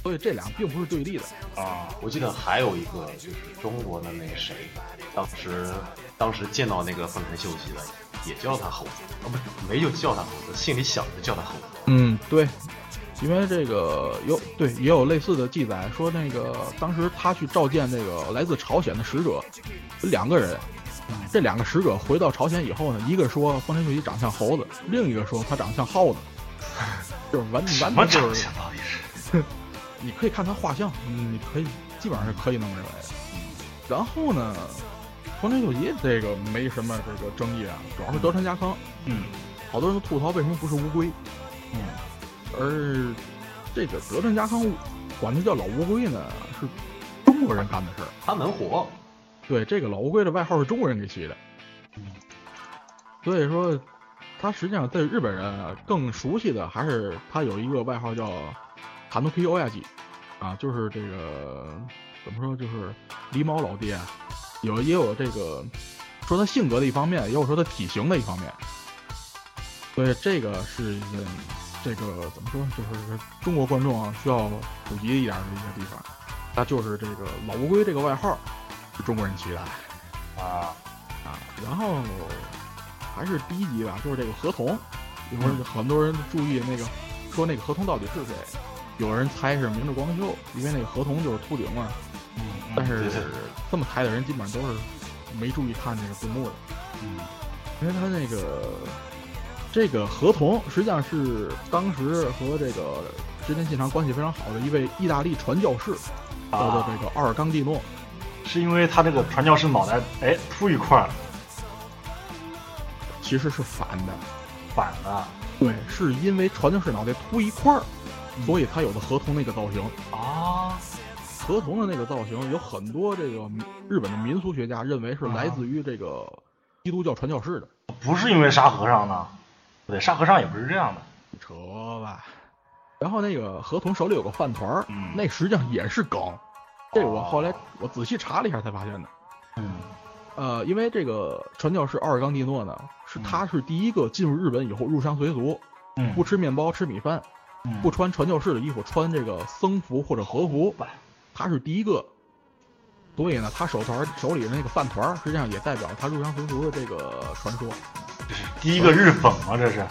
B: 所以这俩并不是对立的。
C: 啊，我记得还有一个就是中国的那个谁，当时当时见到那个丰臣秀吉了，也叫他猴子，啊不是没有叫他猴子，心里想着叫他猴子。
B: 嗯，对，因为这个有对也有类似的记载，说那个当时他去召见那个来自朝鲜的使者，有两个人，这两个使者回到朝鲜以后呢，一个说丰臣秀吉长相猴子，另一个说他长相耗子， (laughs) 就是完
C: 什
B: 完
C: 么
B: 全
C: 长
B: 就是
C: 相到底是？
B: 你可以看他画像，嗯，你可以基本上是可以那么认为的。然后呢，丰臣秀吉这个没什么这个争议啊，主要是德川家康，
A: 嗯
B: 好多人都吐槽为什么不是乌龟，
A: 嗯，
B: 而这个德川家康管他叫老乌龟呢，是中国人干的事儿。
C: 他能活，
B: 对，这个老乌龟的外号是中国人给起的，所以说他实际上对日本人啊更熟悉的还是他有一个外号叫卡努基欧亚基，啊，就是这个怎么说，就是狸猫老爹，啊有也有这个说他性格的一方面，也有说他体型的一方面，所以这个是一个这个怎么说，就是中国观众啊需要普及一点的一个地方，他就是这个老乌龟这个外号。是中国人起的
A: 啊，
B: 啊。然后还是第一集吧，就是这个合同，有人很多人注意那个说那个合同到底是谁，有人猜是明治光秀，因为那个合同就是秃顶嘛。
A: 嗯，
B: 但是
C: 对对
B: 这么猜的人基本上都是没注意看那个字幕的，
A: 嗯
B: 因为他那个这个合同实际上是当时和这个织田信长关系非常好的一位意大利传教士，叫做
A: 啊
B: 这个奥尔冈蒂诺。
A: 是因为他那个传教士脑袋哎秃一块儿
B: 其实是反的，
A: 反的
B: 对，是因为传教士脑袋秃一块儿，
A: 嗯
B: 所以他有的河童那个造型。
A: 啊，
B: 河童的那个造型有很多这个日本的民俗学家认为
A: 啊
B: 是来自于这个基督教传教士的。
A: 不是因为沙和尚呢？不对，沙和尚也不是这样的。
B: 扯吧。然后那个河童手里有个饭团儿，
A: 嗯哦
B: 那实际上也是梗。这我后来我仔细查了一下才发现的。
A: 嗯
B: 呃，因为这个传教士奥尔冈蒂诺呢，是
A: 嗯
B: 他是第一个进入日本以后入乡随俗，
A: 嗯，
B: 不吃面包吃米饭，
A: 嗯
B: 不穿传教士的衣服，穿这个僧服或者和服，他是第一个。所以呢，他手团手里的那个饭团儿，实际上也代表他入乡随俗的这个传说。 (laughs)
A: 这是第一个日粉吗？这是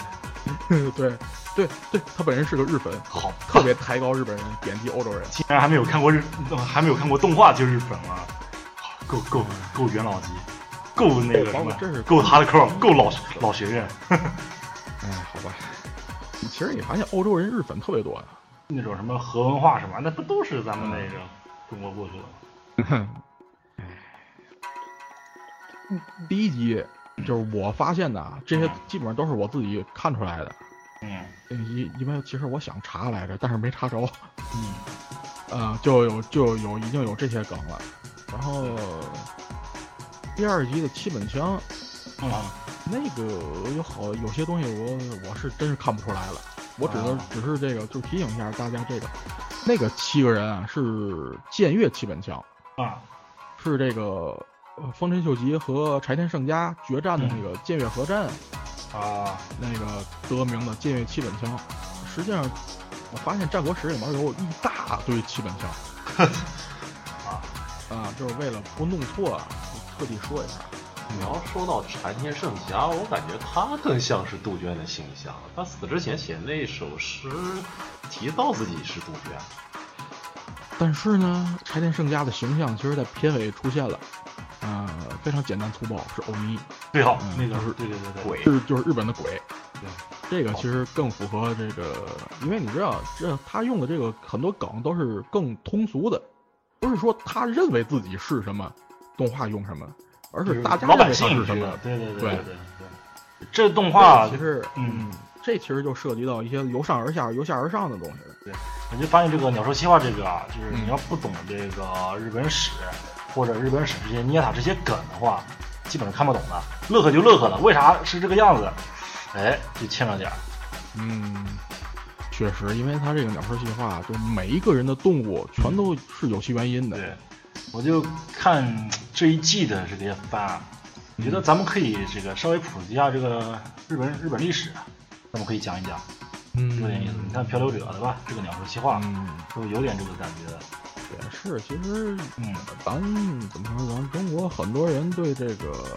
B: 对，对，对，他本人是个日粉，
A: 好，
B: 特别抬高日本人，贬低欧洲人。
A: 竟然还没有看过日，呃还没有看过动画就日本了，够够够元老级，够那个什
B: 够
A: 么
B: 吧，这是
A: 够 (laughs) hardcore，够老老学院
B: 哎，好吧，其实你发现欧洲人日粉特别多啊呀、
A: 那种什么核文化什么，那不都是咱们那个中国过去的吗？
B: 第一集就是我发现的，啊，这些基本上都是我自己看出来的。
A: 嗯
B: 因因为其实我想查来着，但是没查着。
A: 嗯
B: (laughs) 呃，就有就有已经有这些梗了。然后第二集的七本枪，
A: 啊
B: 那个有好有些东西我我是真是看不出来了。我只能、
A: 啊
B: 只是这个就提醒一下大家，这个那个七个人啊是剑月七本枪，
A: 啊
B: 是这个呃丰臣秀吉和柴田胜家决战的那
A: 嗯
B: 个剑月合战。
A: 啊
B: 那个得名的剑月七本枪。实际上，我发现战国史里面有一大堆七本枪。啊啊，就是为了不弄错，我特地说一下。
C: 你要说到柴田胜家，我感觉他更像是杜鹃的形象。他死之前写那首诗，提到自己是杜鹃。
B: 但是呢，柴田胜家的形象其实在片尾出现了，啊、非常简单粗暴，是欧尼，
A: 对好，
B: 嗯
A: 那个
B: 就是
A: 对对对对，
C: 鬼
B: 就是就是日本的鬼。这个其实更符合这个，因为你知道，这他用的这个很多梗都是更通俗的，不是说他认为自己是什么动画用什么，而
A: 就是
B: 大家
A: 老
B: 认
A: 百
B: 为他
A: 姓
B: 是什么。
A: 对对对
B: 对
A: 对对，这动画
B: 其实，
A: 嗯，
B: 这其实就涉及到一些由上而下、由下而上的东西了。
A: 我就发现这个鸟兽计划这个啊，就是
B: 嗯
A: 你要不懂这个日本史或者日本史这些捏塔这些梗的话，基本上看不懂的。乐呵就乐呵了，为啥是这个样子？哎，就欠了点儿。
B: 嗯，确实，因为他这个鸟兽计划，就每一个人的动物全都是有其原因的。
A: 对，我就看这一季的这些番啊，我觉啊得咱们可以这个稍微普及一下这个日本日本历史，咱们可以讲一讲。
B: 嗯，
A: 有点意思。你看《漂流者》对吧？这个鸟兽计划
B: 嗯，
A: 就有点这个感觉。
B: 也是，其实
A: 嗯，
B: 咱怎么说？咱中国很多人对这个，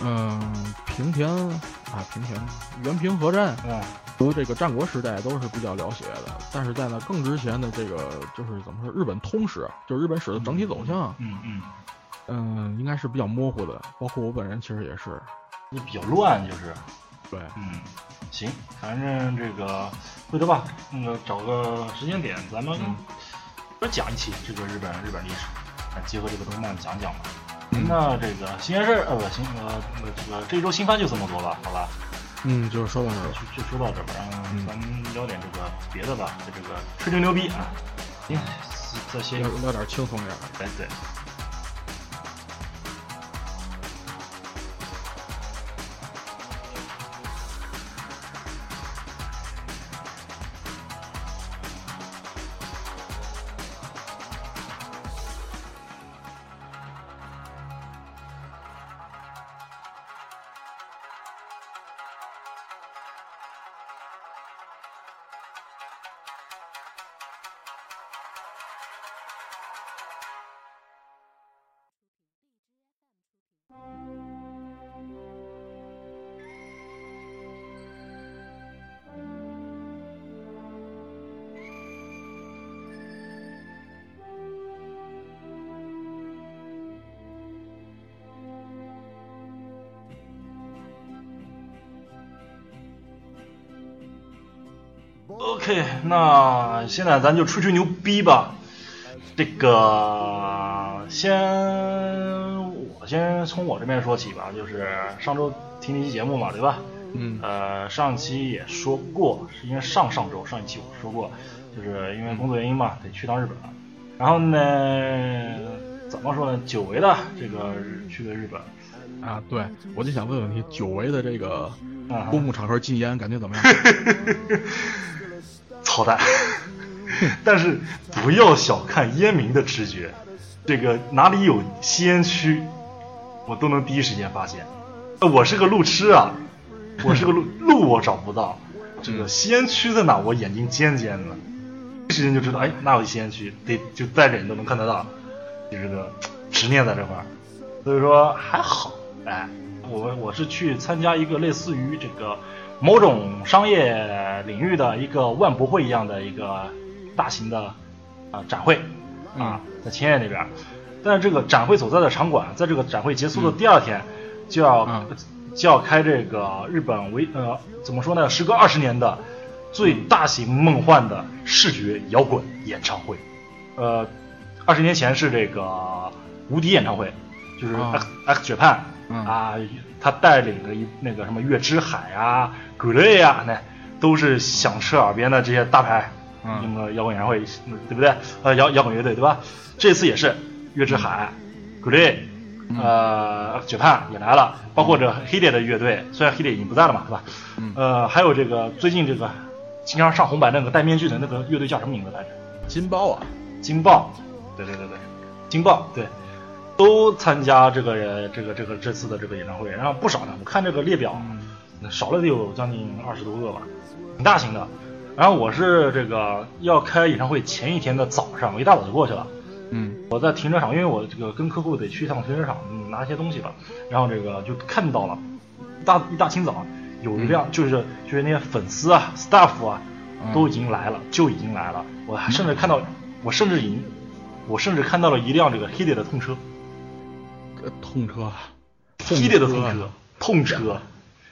B: 嗯、平田啊，平田原平和战
A: 嗯
B: 和这个战国时代都是比较了解的，但是在呢更之前的这个就是怎么说，日本通史，就是日本史的整体走向，
A: 嗯嗯，
B: 嗯、应该是比较模糊的。包括我本人其实也是，
A: 就比较乱，就是
B: 对，
A: 嗯，行，反正这个回头吧，那个找个时间点，咱们
B: 嗯
A: 不是讲一期这个日本日本历史，啊结合这个动漫讲讲吧。
B: 嗯
A: 那这个新鲜事儿，呃，不新呃呃这个这周新番就这么多吧，好吧，
B: 嗯，就是说到这儿吧，
A: 就就说到这儿吧，然后
B: 嗯
A: 咱们聊点这个别的吧，就这个吹吹牛逼啊，行，再歇一
B: 聊
A: 会儿，
B: 聊点轻松点儿的。
A: 对对。OK，那现在咱就吹吹牛逼吧。这个先我先从我这边说起吧，就是上周听那期节目嘛，对吧？
B: 嗯
A: 呃，上期也说过，是因为上上周上一期我说过，就是因为工作原因嘛，得去趟日本了。然后呢，怎么说呢？久违的这个日去的日本，
B: 啊，对，我就想问问你，久违的这个
A: 啊哈
B: 公共场合禁烟感觉怎么样？ (laughs)
A: 操蛋。 (laughs) 但是不要小看烟民的直觉，这个哪里有吸烟区，我都能第一时间发现。呃我是个路痴啊，我是个路路我找不到，这个吸烟区在哪，我眼睛尖尖的，第一时间就知道，哎，哪有吸烟区，得就在这你都能看得到，就这个执念在这块儿，所以说还好，哎，我我是去参加一个类似于这个某种商业领域的一个万博会一样的一个大型的啊、呃展会啊，在千叶那边儿，但是这个展会所在的场馆，在这个展会结束的第二天、就要、
B: 啊
A: 就要开这个日本为呃怎么说呢，时隔二十年的最大型梦幻的视觉摇滚演唱会，呃，二十年前是这个无敌演唱会，就是
B: 啊
A: X、X Japan
B: 嗯
A: 啊，他带领着一那个什么月之海啊、g r e y 啊，那都是响彻耳边的这些大牌，
B: 嗯
A: 那个摇滚演唱会，嗯对不对？呃，摇摇滚乐队对吧？这次也是月之海、g r e y
B: 嗯
A: 呃，X Japan 也来了，包括这 Hide 的乐队，虽然 Hide 已经不在了嘛，对吧？
B: 嗯
A: 呃，还有这个最近这个经常上红白那个戴面具的那个乐队叫什么名字来着？
B: 金包啊，
A: 金豹，对对对对，金豹对，都参加这个人这个这个这次的这个演唱会，然后不少呢，我看这个列表，少了得有将近二十多个吧，挺大型的。然后我是这个要开演唱会前一天的早上，我一大早就过去了。
B: 嗯
A: 我在停车场，因为我这个跟客户得去一趟停车场、嗯拿一些东西吧，然后这个就看到了，大一大清早有一辆、就是就是那些粉丝啊、staff 啊
B: 嗯
A: 都已经来了，就已经来了，我还甚至看到，我甚至已经，我甚至看到了一辆这个 Hide 的痛车
B: 呃痛车，
A: ，Hide 的痛车，啊痛车。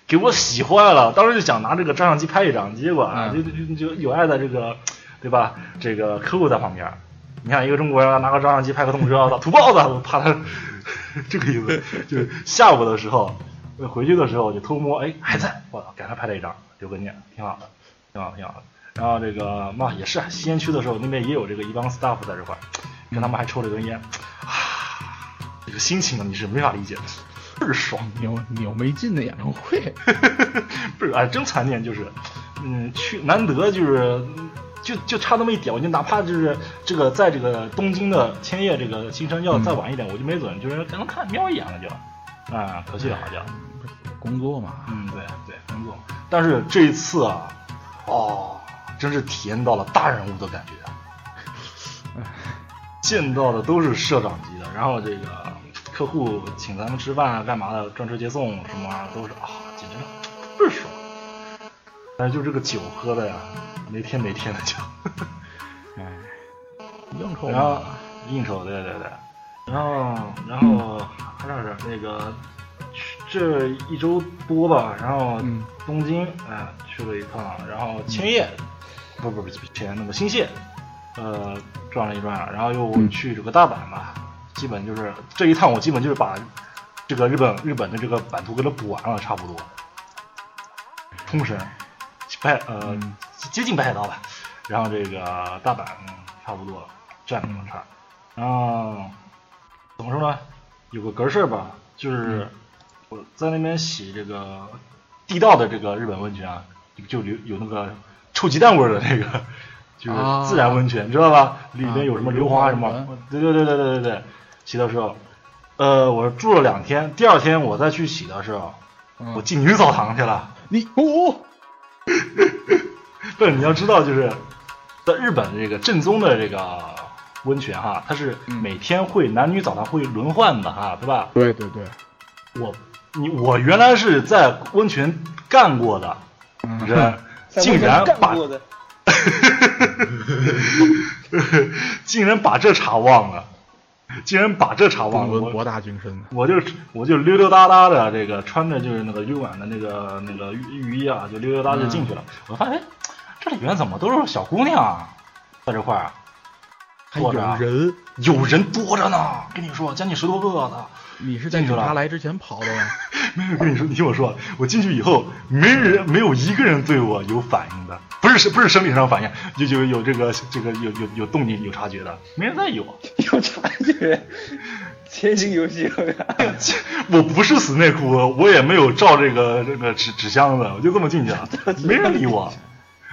A: 给我喜坏了，当时就想拿这个照相机拍一张，结果啊，就
B: 嗯
A: 就就有爱的这个，对吧？这个客户在旁边，你看一个中国人拿个照相机拍个动车，我操，土包子，啊我怕他 (laughs) 这个意思。就是下午的时候，呃回去的时候我就偷摸，哎，还在，我操，赶快拍了一张留个念，挺好的，挺好的，挺好的。然后这个嘛也是啊吸烟区的时候，那边也有这个一帮 staff 在这块儿，跟他们还抽了根烟，啊，这个心情啊你是没法理解的，倍儿爽。
B: 扭扭没劲的演唱会，
A: (laughs) 不是，哎，真残念，就是，嗯，去难得就是，就就差那么一点，我就哪怕就是这个在这个东京的千叶这个新山要再晚一点，我就没准就是可能看瞄一眼了就，啊、可惜了好像，
B: 工作嘛，
A: 嗯，对对，工作，但是这一次啊，哦，真是体验到了大人物的感觉，啊见到的都是社长级的，然后这个客户请咱们吃饭啊干嘛的，专车接送什么玩意儿都是啊，简直倍儿爽。但是就这个酒喝的呀，没天没天的就，
B: 哎，应酬
A: 然后
B: 嘛，
A: 应酬，对对对，然后然后还有点那个，去这一周多吧，然后
B: 嗯
A: 东京啊、去了一趟，然后千叶，不不不不千叶那个新泻，呃转了一转，然后又
B: 嗯
A: 去这个大阪嘛，基本就是这一趟我基本就是把这个日本日本的这个版图给它补完了，差不多，冲绳。北呃、
B: 嗯
A: 接近北海道吧，然后这个大阪嗯差不多了，占了差，然后怎么说呢？有个格式儿吧，
B: 嗯
A: 就是我在那边洗这个地道的这个日本温泉啊，就有有那个臭鸡蛋味儿的那个，就是
B: 啊
A: 自然温泉，你知道吧？里
B: 啊
A: 面有什么
B: 硫
A: 硫磺
B: 磺
A: 什么
B: 粉，
A: 对对对对对对对，洗的时候，呃，我住了两天，第二天我再去洗的时候，
B: 嗯
A: 我进女澡堂去了。 (laughs)
B: 你哦，
A: 不是，你要知道，就是在日本这个正宗的这个温泉哈，它是
B: 嗯
A: 每天会男女澡堂会轮换的哈，对吧？
B: 对对对，
A: 我你我原来是在温泉干过的
B: 嗯
A: 人，
D: 在
A: 竟然
D: 温泉
A: 把
D: 干过的，
A: (laughs) 竟然把这茬忘了，竟然把这茬忘
B: 中
A: 了，
B: 文
A: 我
B: 博大精深啊的，
A: 我就我就溜溜达达的，这个穿着就是那个旅馆的那个那个浴浴衣啊，就溜溜达达就进去了。我发现哎这里面怎么都是小姑娘啊，在这块儿啊
B: 还
A: 坐
B: 有
A: 着啊
B: 人，
A: 有人多着呢，跟你说将近十多个呢。
B: 你是
A: 进
B: 在
A: 去
B: 警
A: 了
B: 察来之前跑的吗？
A: (laughs) 没有跟你说，你听我说，我进去以后，没人没有一个人对我有反应的，不是不是生理上反应，有有有这个这个有有有动静有察觉的，没人在意我。
D: 有察觉， (laughs) 前行游戏，
A: (laughs) 我不是死内裤，我也没有照这个这个纸纸箱子，我就这么进去了，没人理我，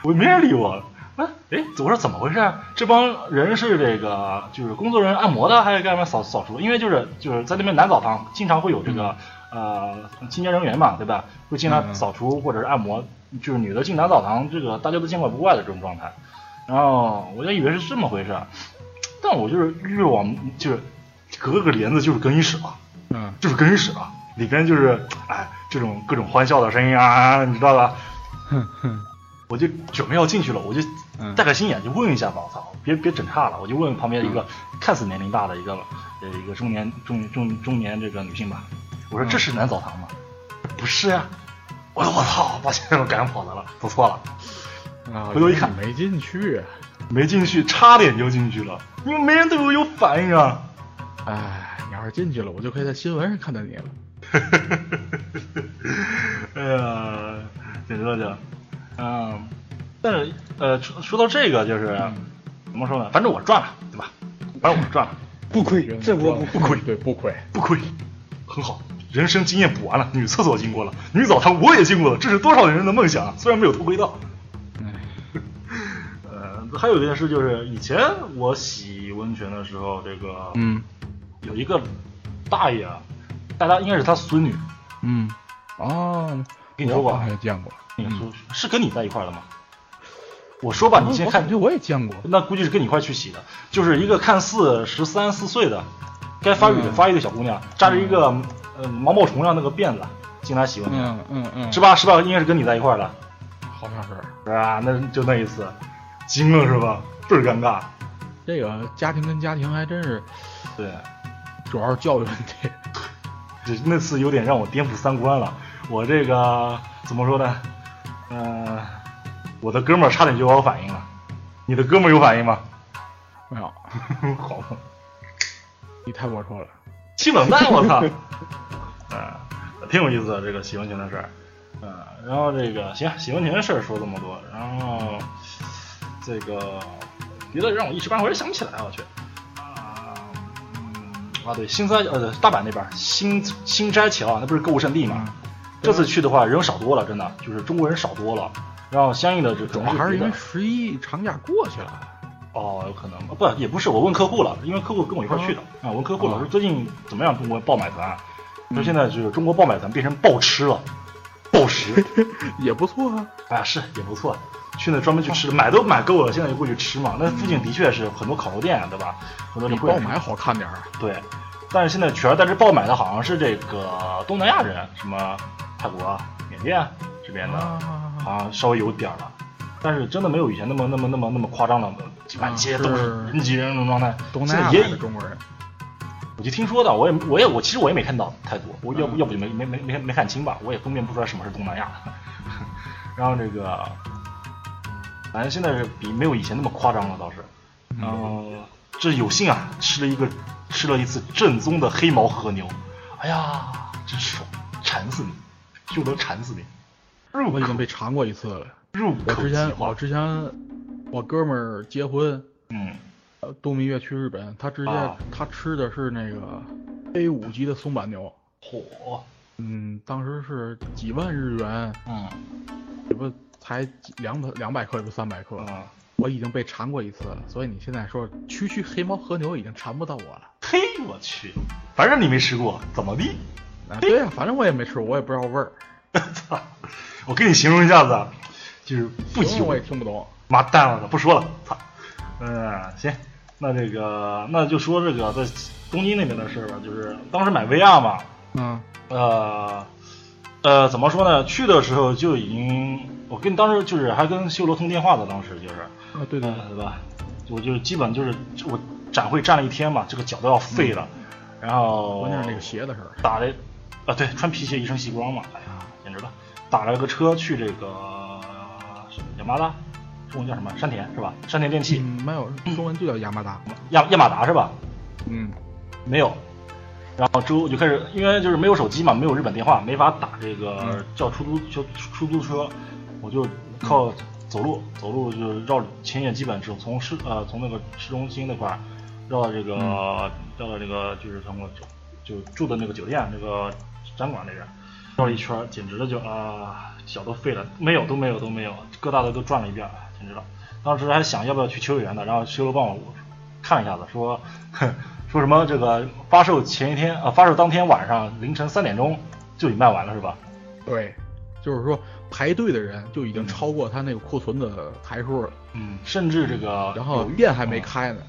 A: 我没人理我。啊，哎，我说怎么回事？这帮人是这个就是工作人员按摩的，还是干嘛扫扫除？因为就是就是在那边男澡堂经常会有这个、呃清洁人员嘛，对吧？会经
B: 嗯
A: 常
B: 嗯
A: 扫除或者是按摩，就是女的进男澡堂，这个大家都见怪不怪的这种状态。然后我就以为是这么回事，啊但我就是越往就是隔个帘子就是更衣室嘛。
B: 嗯，
A: 就是更衣室啊，里边就是哎这种各种欢笑的声音啊，你知道吧？
B: 哼
A: (laughs)
B: 哼，
A: 我就准备要进去了，我就
B: 嗯
A: 带个心眼就问一下吧，我操，别别整岔了，我就问旁边一个
B: 嗯
A: 看似年龄大的一个呃一个中年中中中年这个女性吧，我说
B: 嗯
A: 这是男澡堂吗？不是呀、我说我操，抱歉，我赶上跑来了，走错了，
B: 啊，
A: 回头一看
B: 你没进去，啊
A: 没进去，差点就进去了，因为没人对我有反应啊。
B: 哎，你要是进去了，我就可以在新闻上看到你了。
A: (laughs) 哎呀，简直了就，嗯，但是呃，说说到这个就是、怎么说嗯呢？反正我赚了，对吧？反正我赚了，
D: 不亏，这波不
B: 不
D: 亏。
B: 亏，对，不亏。
A: (laughs) 不亏，很好。人生经验补完了，女厕所经过了，女澡堂我也经过了，这是多少人的梦想啊！虽然没有偷窥到。
B: 哎，
A: 呃，还有一件事就是，以前我洗温泉的时候，这个
B: 嗯
A: 有一个大爷，啊，大家应该是他孙女，
B: 嗯，哦，
A: 跟你说过
B: 我
A: 啊
B: 好像见过。
A: 跟你说是跟你在一块儿的吗？我说吧，你先
B: 嗯我
A: 看
B: 感觉我也见过。
A: 那估计是跟你一块儿去洗的，就是一个看似十三四岁的，该发育的
B: 嗯
A: 发育的小姑娘，扎着一个呃毛毛虫样那个辫子进来洗温泉，
B: 嗯嗯嗯，
A: 是？吧？是吧？应该是跟你在一块儿的，
B: 好像是。
A: 是吧？那就那一次，惊了是吧？倍儿尴尬。
B: 这个家庭跟家庭还真是，
A: 对，
B: 主要是教育问题。
A: 这那次有点让我颠覆三观了。我这个怎么说呢？呃，我的哥们儿差点就有反应了，你的哥们儿有反应吗？
B: 没 (laughs) 有，
A: 好嘛。
B: 你太龌龊了。
A: 气冷淡，我 (laughs) 操！啊，挺有意思的这个洗温泉的事儿。嗯、然后这个行，洗温泉的事儿说这么多，然后这个别的让我一时半会儿想不起来，我去。啊，嗯啊对，新三呃大阪那边儿新新斋桥那不是购物圣地嘛？
B: 嗯
A: 这次去的话人少多了，真的就是中国人少多了。然后相应的这
B: 主
A: 主
B: 要还是因为
A: 的
B: 十一长假过去了。
A: 哦，有可能不也不是，我问客户了，因为客户跟我一块儿去的啊，我问客户了，
B: 啊
A: 我说最近怎么样中国爆买团啊？
B: 嗯
A: 说现在就是中国
B: (laughs)
A: 爆买团变成暴吃了，暴食，哎
B: 也不错啊。
A: 啊是也不错，去那专门去
B: 哦
A: 吃，买都买够了，现在就过去吃嘛。那
B: 嗯
A: 附近的确是很多烤肉店，对吧？很多
B: 比
A: 人会
B: 爆买好看点儿。
A: 对，但是现在全是但是爆买的好像是这个东南亚人，什么泰国、啊缅甸这边的，
B: 啊，
A: 好像稍微有点儿了。但是真的没有以前那么那么那么那么夸张了，满街都是
B: 啊是
A: 人挤人那种状态。
B: 东
A: 现在
B: 南亚
A: 也
B: 来的中国人，
A: 我就听说的，我也我也我其实我也没看到太多，我要不、
B: 嗯
A: 要不就没没没没没看清吧，我也分辨不出来什么是东南亚。 (laughs) 然后这个，反正现在是比没有以前那么夸张了倒是。
B: 嗯
A: 然后这有幸啊，吃了一个吃了一次正宗的黑毛和牛，哎呀，真爽，馋死你，就能馋死你，入
B: 我已经
A: 口
B: 被馋过一次了。
A: 入
B: 我
A: 口
B: 之
A: 即
B: 前我
A: 化。
B: 之前我哥们儿结婚，
A: 嗯，
B: 呃，度蜜月去日本，他直接、
A: 啊
B: 他吃的是那个 A 五级的松板牛，
A: 火，
B: 嗯，当时是几万日元，
A: 嗯
B: 也不才几两百两百克，也不三百克。
A: 嗯，
B: 我已经被馋过一次了，所以你现在说区区黑猫和牛已经馋不到我了。
A: 嘿，我去，反正你没吃过，怎么地？ (laughs)
B: 啊，对呀、反正我也没吃，我也不知道味儿，
A: 操！我跟你形容一下子，啊，就是不
B: 形
A: 及
B: 容我
A: 我
B: 也听不懂。
A: 妈蛋了，不说了，操！嗯，行，那这个那就说这个在东京那边的事儿吧，就是当时买 VR 嘛，
B: 嗯，
A: 呃呃，怎么说呢？去的时候就已经，我跟当时就是还跟修罗通电话的，当时就是，
B: 啊，对对对，
A: 呃对吧？我就基本就是我展会站了一天嘛，这个脚都要废了，然后
B: 嗯关键是那个鞋的事儿。啊
A: 打了，啊对，穿皮鞋一身细光嘛，哎呀，简直了！打了个车去这个呃雅马达，中文叫什么？山田是吧？山田电器，
B: 嗯，没有，中文就叫亚麻达。
A: 亚亚马达是吧？
B: 嗯，
A: 没有。然后之后就开始，因为就是没有手机嘛，没有日本电话，没法打这个
B: 嗯
A: 叫出租就出租车，我就靠走路，走路就是绕千叶基本是从市呃从那个市中心那块儿绕到这个、绕到这个就是从我就就住的那个酒店那个展馆那边绕了一圈儿，简直了就啊、脚都废了，没有都没有都没有，各大的都转了一遍，哎简直了。当时还想要不要去秋叶原的，然后修罗帮我看一下子，说哼说什么这个发售前一天啊、发售当天晚上凌晨三点钟就已经卖完了是吧？
B: 嗯对，就是说排队的人就已经超过他那个库存的台数了，
A: 嗯，甚至这个
B: 然后
A: 有
B: 店还没开呢，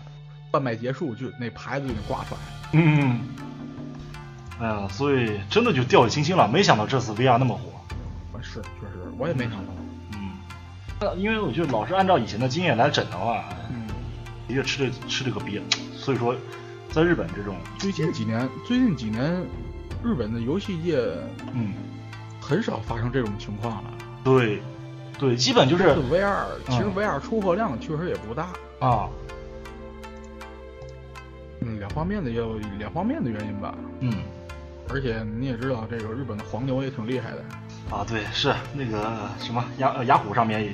B: 贩卖结束就那牌子就已经挂出来了。
A: 嗯，哎呀，所以真的就掉以轻心了，没想到这次 VR 那么火。
B: 我是，确实，我也没想到。
A: 嗯，呃因为我觉得老是按照以前的经验来整的话，
B: 嗯，
A: 的确吃这吃这个鳖，啊所以说在日本这种，
B: 最近几年，最近几年，日本的游戏界
A: 嗯，
B: 很少发生这种情况了。
A: 对，对，基本就是
B: 这 VR，其实
A: 嗯
B: VR 出货量确实也不大。
A: 啊，
B: 嗯，两方面的也有两方面的原因吧。
A: 嗯，
B: 而且你也知道，这个日本的黄牛也挺厉害的。
A: 啊，对，是那个什么雅呃雅虎上面也，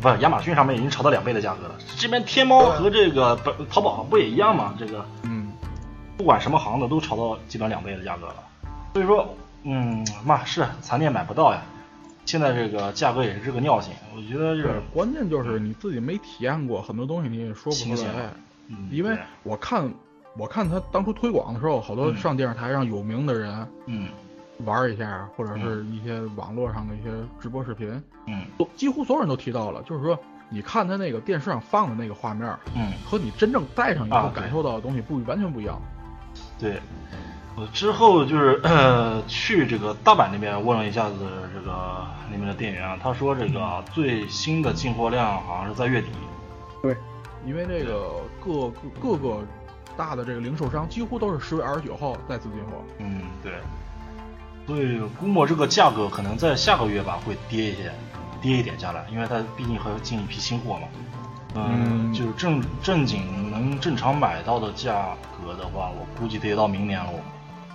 A: 不是亚马逊上面已经炒到两倍的价格了，这边天猫和这个本淘宝不也一样吗？这个
B: 嗯，
A: 不管什么行的都炒到基本两倍的价格了。所以说，嗯，嘛是残店买不到呀。现在这个价格也是这个尿性，我觉得就是
B: 对，关键就是你自己没体验过，很多东西你也说
A: 新
B: 不出
A: 鲜
B: 来。
A: 嗯，
B: 因为
A: 对
B: 我看，我看他当初推广的时候，好多
A: 嗯
B: 上电视台上有名的人
A: 嗯
B: 玩一下，或者是一些网络上的一些直播视频，
A: 嗯
B: 都几乎所有人都提到了，就是说，你看他那个电视上放的那个画面，
A: 嗯，
B: 和你真正戴上以后
A: 啊对
B: 感受到的东西不完全不一样。
A: 对。我之后就是呃去这个大阪那边问了一下子这个那边的店员啊，他说这个最新的进货量好像是在月底，
B: 对，因为这个各各各个大的这个零售商几乎都是十月二十九号再次进货。
A: 嗯，对。所以估摸这个价格可能在下个月吧会跌一些，跌一点下来，因为它毕竟还要进一批新货嘛。嗯，
B: 嗯
A: 就是正正经能正常买到的价格的话，我估计得到明年了。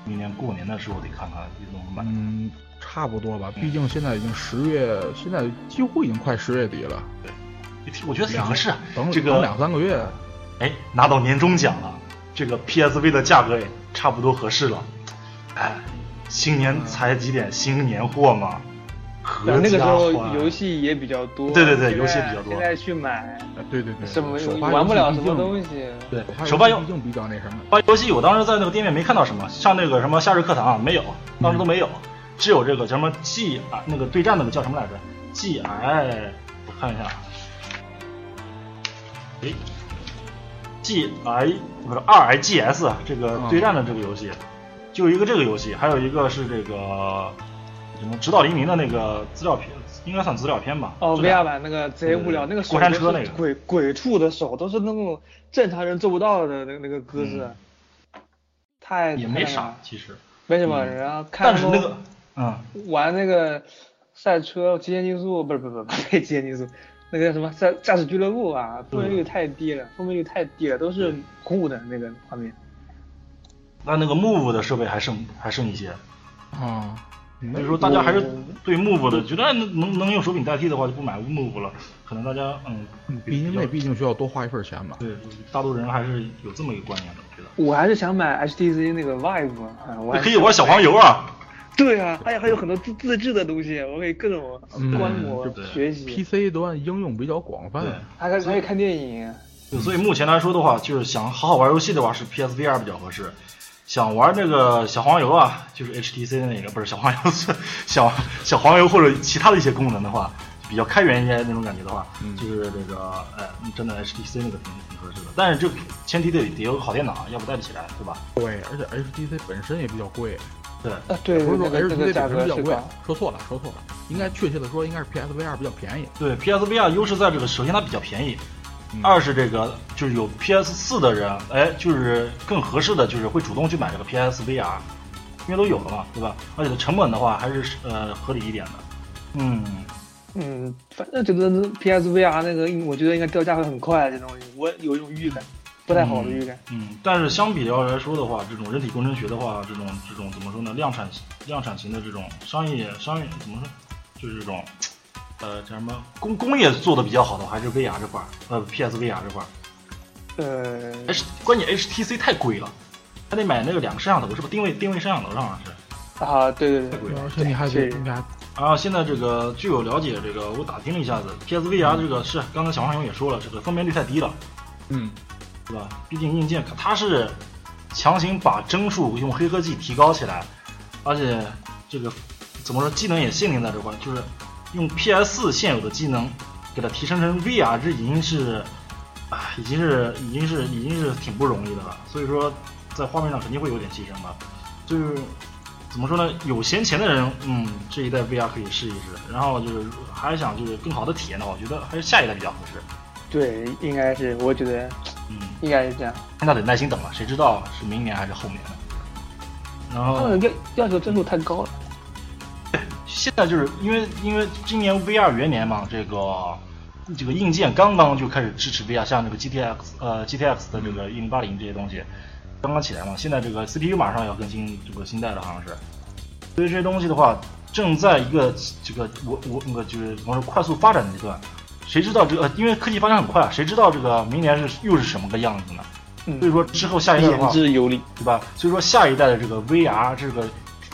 A: 明年过年的时候得看看怎么买。
B: 嗯，差不多吧，毕竟现在已经十月，现在几乎已经快十月底了，
A: 一听我觉得挺
B: 两
A: 合适啊，
B: 等
A: 这
B: 等
A: 个
B: 两三个月，
A: 哎拿到年终奖了，这个 PSV 的价格也差不多合适了。哎，新
B: 嗯
A: 年才几点新年货嘛，合
D: 然后那个时
A: 家
D: 候
A: 欢
D: 游戏也比较多，
A: 对对对
D: 现在
A: 游戏比较多
D: 现在去买
B: 呃对对对，
D: 什么
B: 首发
D: 玩不
B: 游戏
D: 了
B: 毕
D: 什么
B: 竟
D: 东西，
A: 对
B: 首
A: 手
B: 发
A: 办
B: 游
A: 游
B: 戏毕竟比较那什么，
A: 发游戏，我当时在那个店面没看到什么，像那个什么夏日课堂啊，没有，当
D: 嗯
A: 时都没有，只有这个叫什么 G 啊，那个对战那个叫什么来着？G 哎 I，我看一下，哎，G I 哎不是 R I G S 啊这个
D: 嗯
A: 对战的这个游戏，就一个这个游戏，还有一个是这个什么《直到黎明》的那个资料片，应该算资料片吧？
D: 哦
A: 资料
D: ，VR 版那个贼无聊，
A: 嗯
D: 那个手
A: 过山车
D: 都
A: 那
D: 是
A: 个
D: 鬼鬼畜的手都是那种正常人做不到的那个那个姿势，
A: 嗯
D: 太
A: 也
D: 太
A: 没
D: 那
A: 啥
D: 了，
A: 其实，
D: 没什么。
A: 嗯
D: 然后看
A: 但是
D: 他
A: 那
D: 们
A: 个嗯，
D: 玩那个赛车极限竞速，不是不是不是不是极限竞速，那个叫什么赛驾驶俱乐部啊，分辨率太低了，分辨率太低了，都是鼓舞的那个画面。
A: 但那个 Move 的设备还剩还剩一些，
B: 啊，
A: 所以说大家还是
D: 我
A: 对 Move 的觉得哎能能能用手柄代替的话，就不买 Move 了。可能大家嗯，
B: 毕竟
A: 比较
B: 那毕竟需要多花一份钱吧。
A: 对大多人还是有这么一个观念的，我觉得。
D: 我还是想买 HTC 那个 Vive 啊，我还
A: 可以玩小黄油啊，
D: 对啊，它还有很多自自制的东西，我可以各种啊
B: 嗯
D: 观摩、
A: 对
D: 学习，
B: PC 端应用比较广泛
A: 对。
D: 还可以还可以看电影。啊
A: 对所以目前来说的话，就是想好好玩游戏的话，是 PSVR 比较合适。想玩这个小黄油啊，就是 HTC 的那个，不是小黄油， (laughs) 是小小黄油或者其他的一些功能的话，比较开源一些那种感觉的话，
B: 嗯
A: 就是这个呃，真的 HTC 那个挺挺合适的。但是这个前提得得有个好电脑啊，要不带不起来，对吧？
B: 对，而且 HTC 本身也比较贵，
A: 对，
D: 啊，对，
B: 不是
D: 那
B: 说
D: 个那
B: HTC
D: 个
B: 本
D: 价
B: 身
D: 格
B: 比较
D: 是
B: 贵
D: 高。，
B: 说错了，说错了，应该确切的说应该是 PSVR 比较便宜。
A: 对，PSVR 优势在这个，首先它比较便宜，
B: 嗯
A: 二是这个就是有 PS 四的人，哎，就是更合适的就是会主动去买这个 PSVR，因为都有了嘛，对吧？而且的成本的话还是呃合理一点的。嗯，
D: 嗯，反正觉得 PSVR 那个应，我觉得应该掉价会很快，这东西我有一种预感，不太好的预感。
A: 嗯，但是相比较来说的话，这种人体工程学的话，这种这种怎么说呢？量产量产型的这种商业商业怎么说？就是这种，呃，叫什么工工业做的比较好的还是 VR 这块儿，呃，PSVR 这块儿。
B: 嗯
D: 呃，
A: H 关键 HTC 太贵了，还得买那个两个摄像头，是不是定位定位摄像头上是？
D: 啊，对对对，
B: 而且你还得
D: 对
B: 你还
A: 然后现在这个据我了解，这个我打听了一下子，PSVR 这个是刚才小黄熊也说了，这个分辨率太低了，
B: 嗯
A: 对吧？毕竟硬件它是强行把帧数用黑科技提高起来，而且这个怎么说技能也限定在这块，就是用 PS 现有的技能给它提升成 VR，这已经是啊，已经是已经是已经是挺不容易的了。所以说在画面上肯定会有点牺牲吧，就是。怎么说呢？有闲钱的人，嗯，这一代 VR 可以试一试。然后就是，还是想就是更好的体验的话，我觉得还是下一代比较合适。
D: 对，应该是，我觉得
A: 嗯，
D: 应该是这样。
A: 那得耐心等了，谁知道是明年还是后年呢？然
B: 嗯
D: 他
A: 后
D: 们要要求帧数太高了。
A: 现在就是因为因为今年 VR 元年嘛，这个这个硬件刚刚就开始支持 VR，像这个 GTX 呃 GTX 的这个一零八零这些东西刚刚起来嘛，现在这个 CPU 马上要更新这个新代了，好像是，所以这些东西的话，正在一个这个我我那个就是怎么说快速发展的阶段，谁知道这个、呃因为科技发展很快，谁知道这个明年是又是什么个样子呢？所以
D: 嗯，
A: 说之后下一代的
D: 言
A: 话，
D: 之有理。
A: 对吧？所以说下一代的这个 VR 这个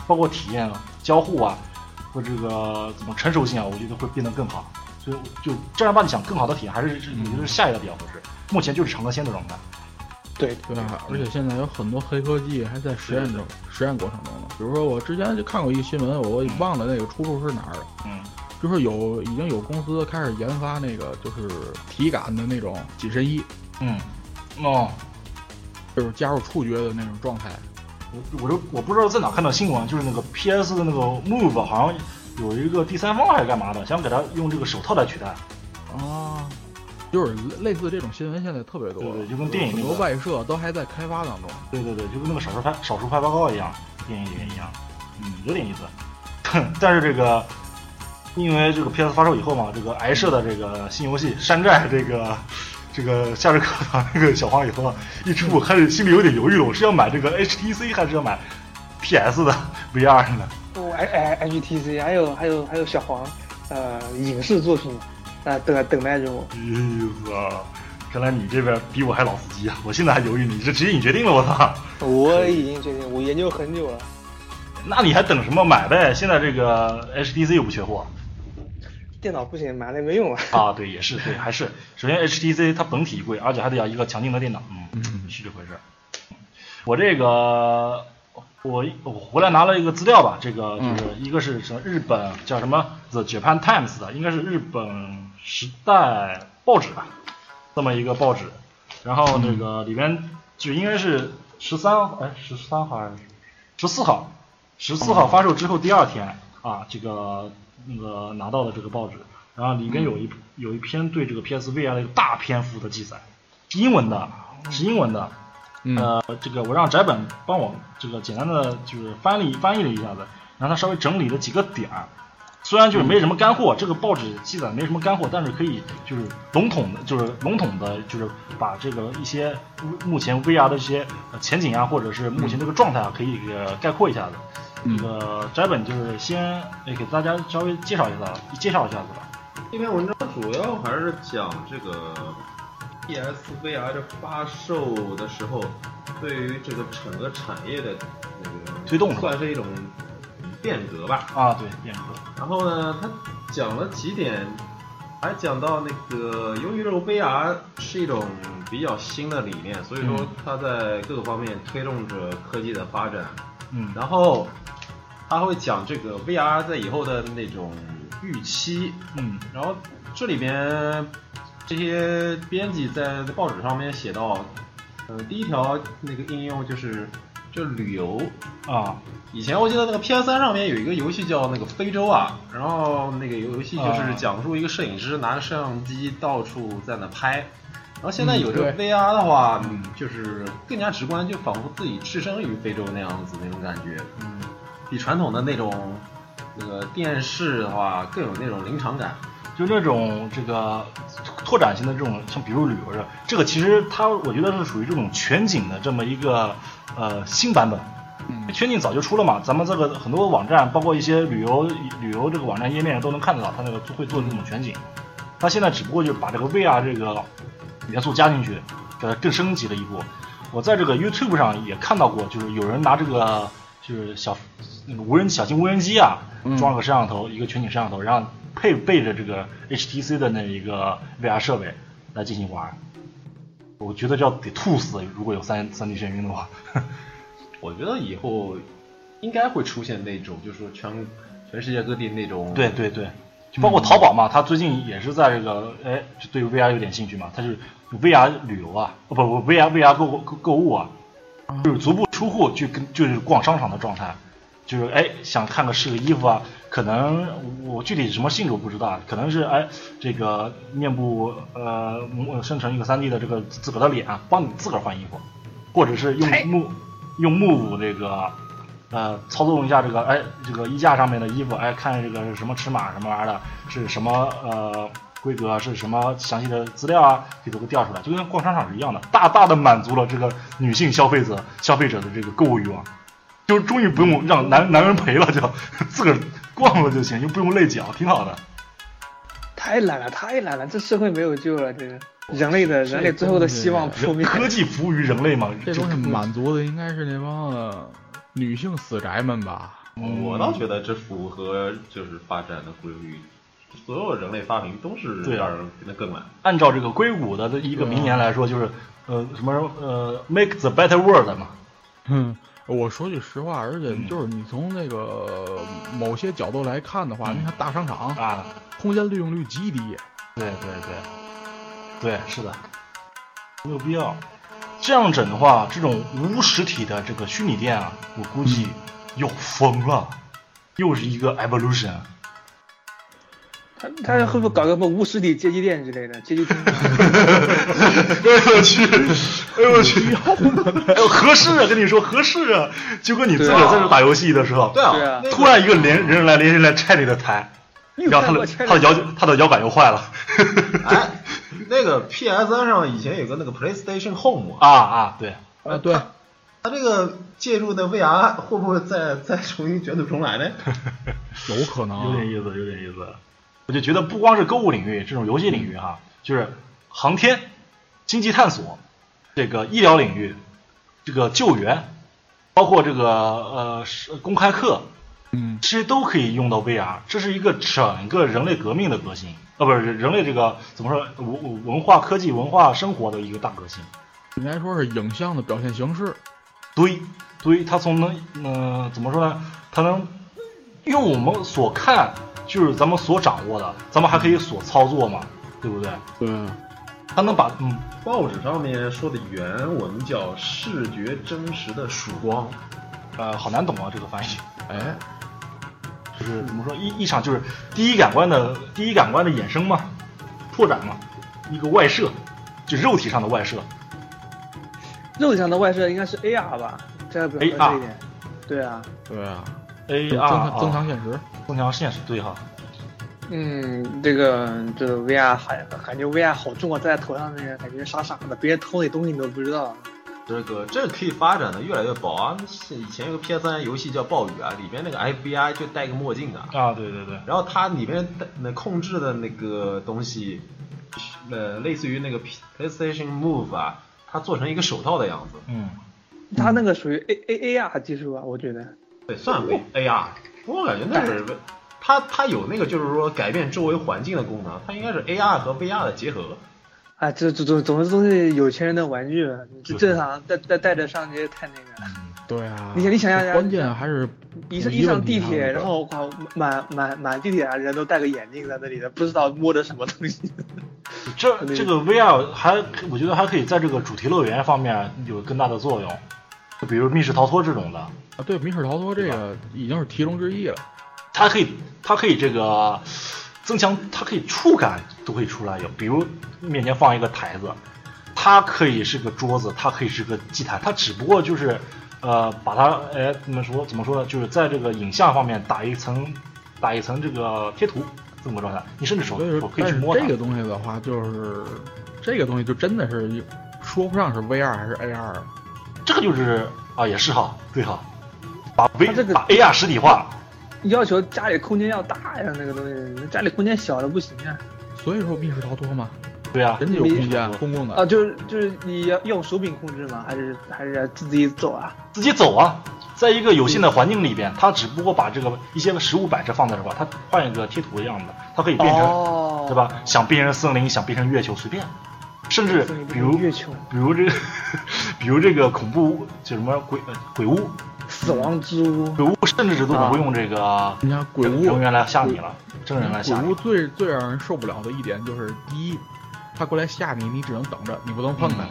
A: 包括体验啊、交互啊，和这个怎么成熟性啊，我觉得会变得更好。所以就正儿八经想更好的体验，还是我觉得是下一代比较合适。目前就是尝个鲜的状态。
D: 对，
B: 对吧？而且现在有很多黑科技还在实验
A: 对
B: 中实验过程中呢。比如说我之前就看过一个新闻，我忘了那个出处是哪儿了，
A: 嗯，
B: 就是有已经有公司开始研发那个就是体感的那种紧身衣，
A: 嗯，哦，
B: 就是加入触觉的那种状态。
A: 我我就我不知道在哪看到新闻，就是那个 PS 的那个 Move 好像有一个第三方还是干嘛的，想给它用这个手套来取代。
D: 哦
B: 啊，就是类似这种新闻现在特别多，
A: 对对就跟电影
B: 很
A: 那
B: 多
A: 个
B: 外设都还在开发当中。
A: 对对对，就跟那个少数派少数派报告一样，电影里面一样，嗯，有点意思。 (laughs) 但是这个，因为这个 PS 发售以后嘛，这个癌社的这个新游戏《山寨》这个这个夏日课堂这个小黄以后啊，一出，我开始心里有点犹豫了，我是要买这个 HTC 还是要买 PS 的 VR 呢？
D: 我 I I HTC 还有还有还有小黄，呃，影视作品，啊，等等待着我。
A: 意思啊！看来你这边比我还老司机啊！我现在还犹豫，你这直接你决定了，我操！
D: (laughs) 我已经决定，我研究很久了。
A: 那你还等什么买呗？现在这个 HTC 又不缺货。
D: 电脑不行，买了也没 (laughs) 用啊。
A: 啊，对，也是对，还是首先 HTC 它本体贵，而且还得要一个强劲的电脑，嗯，
B: 嗯
A: 是这回事儿。我这个我我回来拿了一个资料吧，这个就是一个是什么日本叫什么 The Japan Times 的，应该是日本时代报纸吧，这么一个报纸，然后那个里边就应该是十三哎十三号还是十四号，十四号发售之后第二天啊，这个那个拿到的这个报纸，然后里面有一、有一篇对这个 PSVR 的一个大篇幅的记载，是英文的，是英文的。
B: 嗯
A: 呃，这个我让翟本帮我这个简单的就是翻译翻译了一下子，然后他稍微整理了几个点儿。虽然就是没什么干货，这个报纸记载没什么干货，但是可以就是笼统的，就是笼统的，就是把这个一些目前 VR 的这些呃前景啊，或者是目前这个状态啊，可以给概括一下子。
B: 嗯
A: 这个翟本就是先呃给大家稍微介绍一下，介绍一下子吧。
E: 这篇文章主要还是讲这个 PSVR 的发售的时候，对于这个整个产业的那个
A: 推动
E: 算是一种变革吧。
A: 啊，对，变革。
E: 然后呢，他讲了几点，还讲到那个，由于这个 VR 啊是一种比较新的理念，所以说
A: 嗯
E: 它在各个方面推动着科技的发展。
A: 嗯，
E: 然后他会讲这个 VR 在以后的那种预期，
A: 嗯
E: 然后这里边这些编辑在在报纸上面写到，呃，第一条那个应用就是就旅游
A: 啊，
E: 以前我记得那个 PS 三上面有一个游戏叫那个非洲啊，然后那个游戏
A: 啊
E: 就是讲述一个摄影师拿着摄像机到处在那拍，然后现在有这个
B: 嗯
E: VR 的话，
A: 嗯
E: 就是更加直观，就仿佛自己置身于非洲那样子那种感觉，
A: 嗯
E: 比传统的那种那个电视的话更有那种临场感。
A: 就那种这个拓展型的这种，像比如旅游的，这个其实它我觉得是属于这种全景的这么一个呃新版本。
B: 嗯
A: 全景早就出了嘛，咱们这个很多网站，包括一些旅游旅游这个网站页面都能看得到，它那个会做这种全景。它现在只不过就把这个 VR 这个元素加进去，给它更升级了一步。我在这个 YouTube 上也看到过，就是有人拿这个就是小那个无人小型无人机啊，
B: 嗯
A: 装了个摄像头，一个全景摄像头，然后配备着这个 HTC 的那一个 VR 设备来进行玩。我觉得这要得吐死，如果有三三 D 眩晕的话。
E: 我觉得以后应该会出现那种，就是说全全世界各地那种
A: 对对对，就包括淘宝嘛，他最近也是在这个哎，就对 VR 有点兴趣嘛，他就是 VR 旅游啊，哦不不 VR VR 购物购购物啊，就是足不出户去跟就是逛商场的状态，就是哎想看个试个衣服啊，可能我具体什么性质我不知道啊，可能是哎这个面部呃模生成一个 3D 的这个自个儿的脸、啊，帮你自个儿换衣服，或者是用木用木五这个呃操纵一下这个哎这个衣架上面的衣服，哎看这个是什么尺码什么玩意儿的，是什么呃规格是什么详细的资料啊，给都给调出来，就跟逛商场是一样的，大大的满足了这个女性消费者消费者的这个购物欲望，就终于不用让男男人陪了，就自个儿逛了就行，又不用累脚，挺好的。
D: 太懒了，太懒了，这社会没有救了，这个人类的
B: 这
D: 人类最后的希望
B: 真
D: 扑
A: 人
D: 灭。
A: 科技服务于人类嘛，
B: 这
A: 就
B: 东西满足的应该是那帮呃女性死宅们吧？
E: 我倒觉得这符合就是发展的规律，所有人类发明都是
A: 对啊
E: 让人变得更懒。
A: 按照这个硅谷的一个名言来说，就是呃什么呃 make the better world 嘛，
B: 哼，我说句实话，而
A: 嗯
B: 且就是你从那个呃某些角度来看的话，
A: 嗯
B: 你看大商场
A: 啊，
B: 空间利用率极低，
A: 对对对，对是的，没有必要。这样整的话，这种无实体的这个虚拟店啊，我估计要疯了，又是一个 evolution。
D: (laughs) 他他会不会搞个什么无实体街机店之类的街机 (laughs) 厅？
A: 哎我 (laughs) 去，哎我去，哎合适啊，跟你说合适啊，就跟你自个儿在这打游戏的时候，
E: 对啊，
D: 对啊
E: 那个
A: 突然一个连人来连人来拆你的台，
D: 你有
A: 然后
D: 看
A: 他
D: 过
A: 的
D: 拆
A: 他的
D: 了
A: 摇他的摇杆又坏了， (laughs)
E: 哎， (laughs) 那个 PS 三上以前有个那个 PlayStation Home 啊，
A: 啊啊对，
B: 啊，对，
E: 它这个借助的 VR 会不会再再重新卷土重来呢？
B: 有可
A: 有点
B: 能。
A: 意思，有点意思。我就觉得不光是购物领域，这种游戏领域哈、就是航天、经济探索、这个医疗领域、这个救援，包括这个呃是公开课，
B: 嗯，
A: 其实都可以用到 VR。这是一个整个人类革命的革新，呃，不是人类这个怎么说文文化、科技、文化生活的一个大革新。
B: 应该说是影像的表现形式。
A: 堆堆，它从能嗯、怎么说呢？它能用我们所看，就是咱们所掌握的，咱们还可以所操作嘛，对不对？啊
B: 对，
A: 它能把嗯
E: 报纸上面说的原文叫“视觉真实的曙光
A: 呃好难懂啊这个翻译，”，
E: 哎，
A: 就是怎么说一一场就是第一感官的第一感官的衍生嘛，拓展嘛，一个外射，就肉体上的外射。
D: 肉体上的外设应该是 AR 吧？这比较合适一点。对啊，
B: 对啊，
A: A
B: 增
A: R 啊
B: 强增强现实，
A: 增强现实对哈，
D: 嗯，这个这个 VR 还感觉 VR 好重啊，戴在头上那个感觉傻傻的，别人偷你东西你都不知道。
C: 这个这可以发展的越来越薄啊！以前有个 PS 三游戏叫《暴雨》啊，里边那个 FBI 就戴个墨镜啊，
A: 啊对对对，
C: 然后它里面的那控制的那个东西，呃，类似于那个 P- PlayStation Move 啊，它做成一个手套的样子，
A: 嗯，
D: 他那个属于 A A AR 技术啊，我觉得。
C: 对，算
E: 哦
C: V AR。不过我感觉那是 V- 它它有那个就是说改变周围环境的功能，它应该是 AR 和 VR 的结合。
D: 啊，这这总总之都是有钱人的玩具，你这正常带带带着上街太那个了。
B: 对啊。
D: 你想你想想
B: 关键还是
D: 一
B: 统
D: 上一上
B: 问题
D: 地
B: 上
D: 铁，
B: 的
D: 然后哇，满满满地铁啊，人都戴个眼镜在那里的，不知道摸着什么东西。
A: 这这个 VR 还我觉得还可以在这个主题乐园方面有更大的作用，就比如密室逃脱这种的，
B: 啊，对密室逃脱这个已经是题中之一了。
A: 它可以它可以这个增强，它可以触感都可以出来有，比如面前放一个台子，它可以是个桌子，它可以是个祭坛，它只不过就是呃把它哎怎么说怎么说呢，就是在这个影像方面打一层打一层这个贴图这么个状态，你甚至手
B: 所以
A: 手
B: 说，
A: 哦可以
B: 但
A: 去
B: 是
A: 摸它
B: 这。个东西的话，就是这个东西就真的是说不上是 VR 还是 AR 了。
A: 这个就是啊，也是哈，对哈，把 V
D: 它这个
A: 把 AR 实体化，
D: (laughs) 要求家里空间要大呀，那个东西，家里空间小的不行啊。
B: 所以说密室逃脱嘛，
A: 对啊，
B: 人家有
D: 密
B: 空间，公共的。
D: 啊，就是就是你要用手柄控制吗？还是还是要自己走啊？
A: 自己走啊，在一个有限的环境里边，它只不过把这个一些实物摆设放在这儿吧，它换一个贴图的样子，它可以变成，
D: 哦，
A: 对吧？想变成森林，想变成月球，随便，甚至
D: 所以不
A: 比
D: 是
A: 如
D: 月球、
A: 比如这个， (laughs) 比如这个恐怖屋就什么鬼呃鬼屋，
D: 死亡之屋，
A: 鬼屋甚至都不用这个
B: 你看鬼屋，
A: 人员来吓你了，真人来
B: 鬼
A: 吓你
B: 屋。最最让人受不了的一点就是，第一，他过来吓你，你只能等着，你不能碰他；
A: 嗯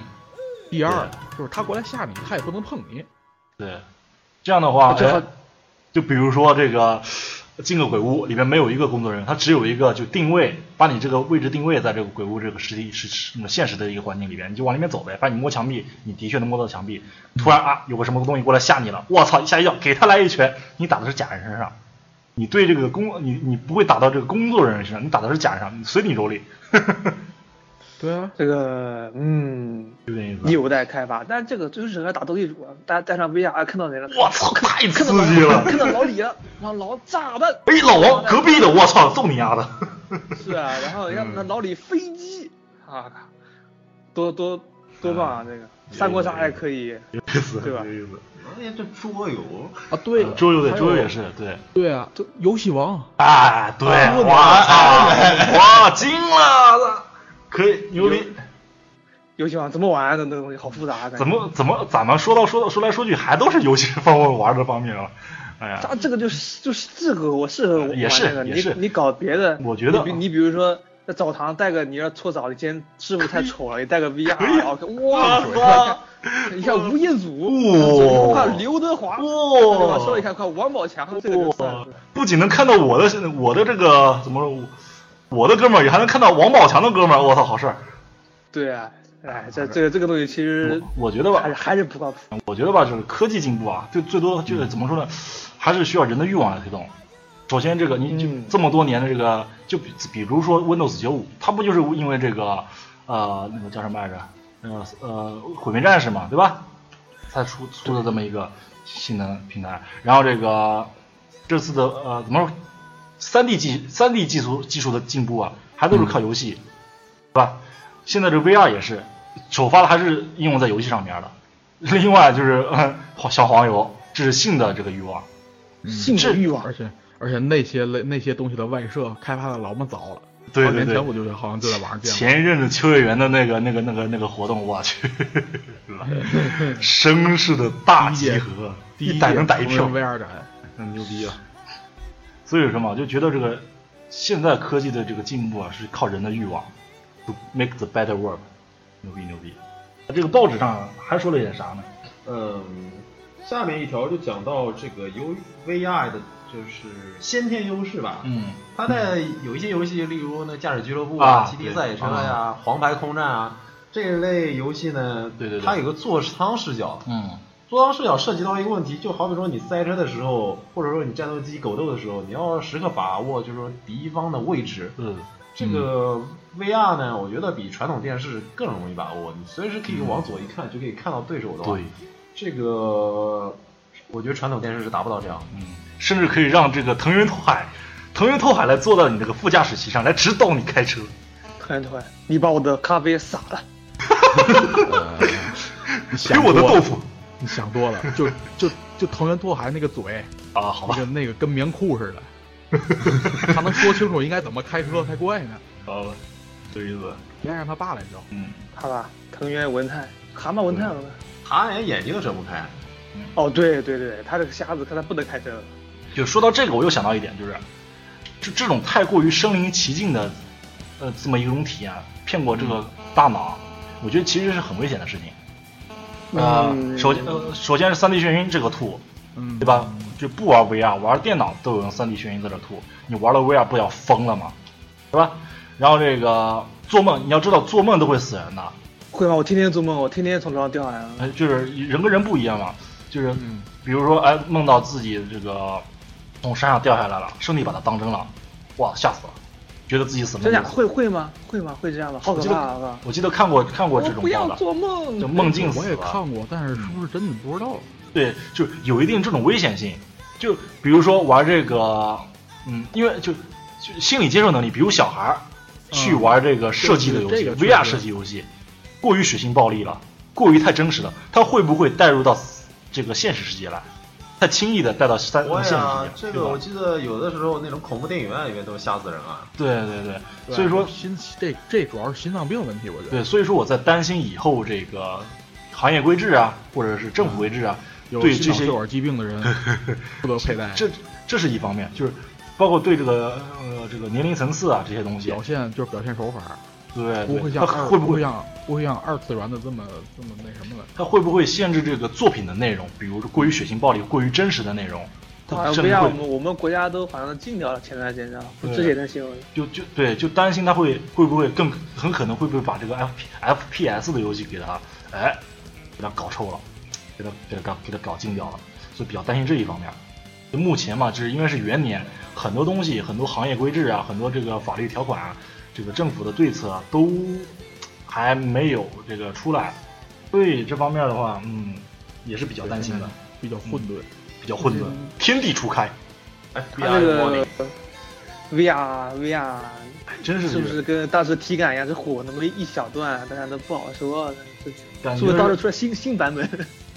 B: 第二，就是他过来吓你，他也不能碰你。
A: 对，这样的话，
D: 这
A: 哎就比如说这个进个鬼屋，里面没有一个工作人员，他只有一个就定位，把你这个位置定位在这个鬼屋这个实体实实现实的一个环境里边，你就往里面走呗。反正你摸墙壁，你的确能摸到墙壁。突然啊，有个什么东西过来吓你了，我操，吓一跳，给他来一拳，你打的是假人身上。你对这个工，你你不会打到这个工作人员身上，你打的是假人上，随你蹂 (laughs) 躏，
B: 对啊，
D: 这个嗯，
A: 有点意思。
D: 有待开发，但这个最适合打斗地主啊，大家带上 VR 看到人了，
A: 我操，太刺
D: 看到老
A: 激了！
D: 看到老李了，然后老炸弹，
A: (laughs) 哎，老王隔壁的，我操，揍你丫的！
D: 是啊，然后
A: 嗯
D: 让那老李飞机啊，多多多棒
A: 嗯
D: 啊！这个三国杀也可以，
A: 有意思，
D: 对吧
A: 有意思。
E: 哎呀，这桌游，
B: 啊对，
A: 桌游对，
B: 还有
A: 桌游也是对。
B: 对啊，这游戏王
A: 啊，对，哇操，哇惊了，可以牛逼！
D: 游戏王怎么玩啊？那那东西好复杂啊，感觉
A: 怎？么怎么咱们说到说到说来说去还都是游戏方面玩的方面啊，哎呀，
D: 他这个就是就是适合我适合我玩
A: 也是
D: 这个，
A: 也
D: 你
A: 是
D: 你搞别的，
A: 我觉得
D: 你比
A: 啊
D: 你比如说在澡堂带个，你要搓澡，你今天师傅
A: 哎
D: 太丑了，你带个 VR，
A: 可以
D: 然后看哇操！你看吴彦祖，
A: 哇
D: 看刘德华，对吧？说一看看王宝强，这个就算
A: 哇
D: 是。
A: 不仅能看到我的我的这个怎么说，我的哥们儿也还能看到王宝强的哥们儿，我操，好事儿！
D: 对啊，哎，这这个这个东西其实
A: 我我觉得吧
D: 还是还是不靠谱。
A: 我觉得吧，就是科技进步啊，就最多就是怎么说呢，还是需要人的欲望来推动。首先，这个你就
D: 嗯
A: 这么多年的这个，就比比如说 Windows 九五，它不就是因为这个呃那个叫什么来着，呃呃毁灭战士嘛，对吧？才出出的这么一个新的平台。然后这个这次的呃怎么说，三 D 技三 D 技术技术的进步啊，还都是靠游戏，对吧？现在这 VR 也是首发的，还是应用在游戏上面的。另外就是、呃、小黄油，这是性的这个欲望。
D: 性的欲望
B: 而且而且那些类那些东西的外设开发的老么早了，
A: 对
B: 好几
A: 对
B: 年
A: 对
B: 前我就好像就在网上见过。
A: 前一阵子秋叶原的那个那个那个那个活动，我去，是吧绅士的大集合，
B: 第
A: 一逮能逮一
B: 成
A: 票
B: 为，VR 展，
A: 那牛逼啊！所以说嘛，就觉得这个现在科技的这个进步啊，是靠人的欲望， to make the better world，牛逼牛逼。这个报纸上还说了一点啥呢？
E: 嗯，下面一条就讲到这个 U V I 的，就是先天优势吧。
A: 嗯，
E: 它在有一些游戏，例如那驾驶俱乐部
A: 啊
E: 骑
A: 对
E: 兵赛车呀、黄牌空战啊这一类游戏呢，
C: 对对对
E: 它有个座舱视角。
A: 嗯，
E: 座舱视角涉及到一个问题，就好比说你赛车的时候，或者说你战斗机狗斗的时候，你要时刻把握就是说敌方的位置。
C: 嗯，
E: 这个 VR 呢，我觉得比传统电视更容易把握，你随时可以往左一看就可以看到对手的话。
C: 对，
E: 这个我觉得传统电视是达不到这样的。
A: 甚至可以让这个腾云透海，腾云透海来坐到你这个副驾驶席上来指导你开车。
D: 突然突然，你把我的咖啡洒了。
B: 想
A: 给我的
B: 多了
A: 豆腐
B: (laughs) 你想
A: (laughs)
B: 多了，就就就藤原拓海那个嘴，
A: 啊，好
B: 那
A: 吧，
B: 个那个跟棉裤似的，他能说清楚应该怎么开车才怪呢？
A: 好吧，这意思。
B: 别让他爸来教。
A: 嗯，
D: 好吧，藤原文太，蛤蟆文太了吗？
E: 他连眼睛都睁不开。
D: 哦，对对对，他这个瞎子，他他不能开车了。
A: 就说到这个，我又想到一点，就是这这种太过于身临其境的，呃，这么一种体验，骗过这个大脑，我觉得其实是很危险的事情。呃，
D: 嗯
A: 首先、呃、首先是三 D 眩晕这个吐，
B: 嗯，
A: 对吧？就不玩 VR，玩电脑都有人三 D 眩晕在这吐，你玩了 VR 不要疯了吗？对吧？然后这个做梦，你要知道做梦都会死人的，
D: 会吗？我天天做梦，我天天从床上掉下来了。
A: 呃就是人跟人不一样嘛，就是
B: 嗯
A: 比如说哎梦到自己这个从山上掉下来了，上帝把它当真了，哇吓死了，觉得自己死
D: 真
A: 了
D: 假。会会吗？会吗？会这样吗？好
A: 我
D: 可
A: 记
D: 怕啊！好
A: 得
D: 吧
A: 我记得看过看过这
D: 我
A: 种
D: 不
A: 报
D: 要
A: 道，
D: 做梦
A: 就。梦境
B: 我
A: 死
B: 也
A: 了，嗯
B: 看过，但是是不是真的不知道？
A: 对，就有一定这种危险性。就比如说玩这个，嗯，因为就就心理接受能力，比如小孩儿去玩这个射击的游
B: 嗯对
A: 戏、
B: 这个
A: v r
B: 确实
A: 射击游戏，过于血腥暴力了，过于太真实了，他会不会带入到这个现实世界来？太轻易的带到三
E: 我
B: 啊
A: 现实世界，
E: 呀，啊这
A: 对
E: 个
A: 吧
E: 我记得有的时候那种恐怖电影院里面都吓死人啊。
A: 对对对，所以说
B: 心这这主要是心脏病问题，我觉得
A: 对，所以说我在担心以后这个行业规制啊，或者是政府规制啊，
B: 有
A: 对
B: 心
A: 这
B: 脑
A: 些
B: 血管疾病的
A: (laughs)
B: 人不得佩戴。
A: 这这是一方面，就是包括对这个呃这个年龄层次啊这些东西
B: 表，现就是表现手法，
A: 对，
B: 不会
A: 对
B: 像
A: 它
B: 二
A: 会不
B: 不
A: 会
B: 像不会像二次元的这么这么那什么了？
A: 它会不会限制这个作品的内容，比如说过于血腥暴力、过于真实的内容，
D: (laughs) 好
A: 它
D: 像
A: 甚
D: VR
A: 至
D: 我
A: 会
D: 们我们国家都好像禁掉了，前段时间不
A: 对
D: 之前的新闻。
A: 就就对，就担心它会会不会更很可能会不会把这个 F F P S 的游戏给它哎给它搞臭了，给它给它搞给它搞禁掉了，所以比较担心这一方面。就目前嘛，就是因为是元年，很多东西、很多行业规制啊、很多这个法律条款啊、这个政府的对策啊，都还没有这个出来，所以这方面的话，嗯，也是比较担心的，
B: 比较混沌。
A: 比较混沌
D: 嗯，
A: 天地初开，
D: 他那
E: FBI warning
D: 个 VR VR
A: 哎真是
D: 是
A: 这
D: 不
A: 个
D: 是跟当时体感一样，是火那么一小段，大家都不好说。是
A: 感
D: 是不
A: 觉
D: 是到时候出来新新版本？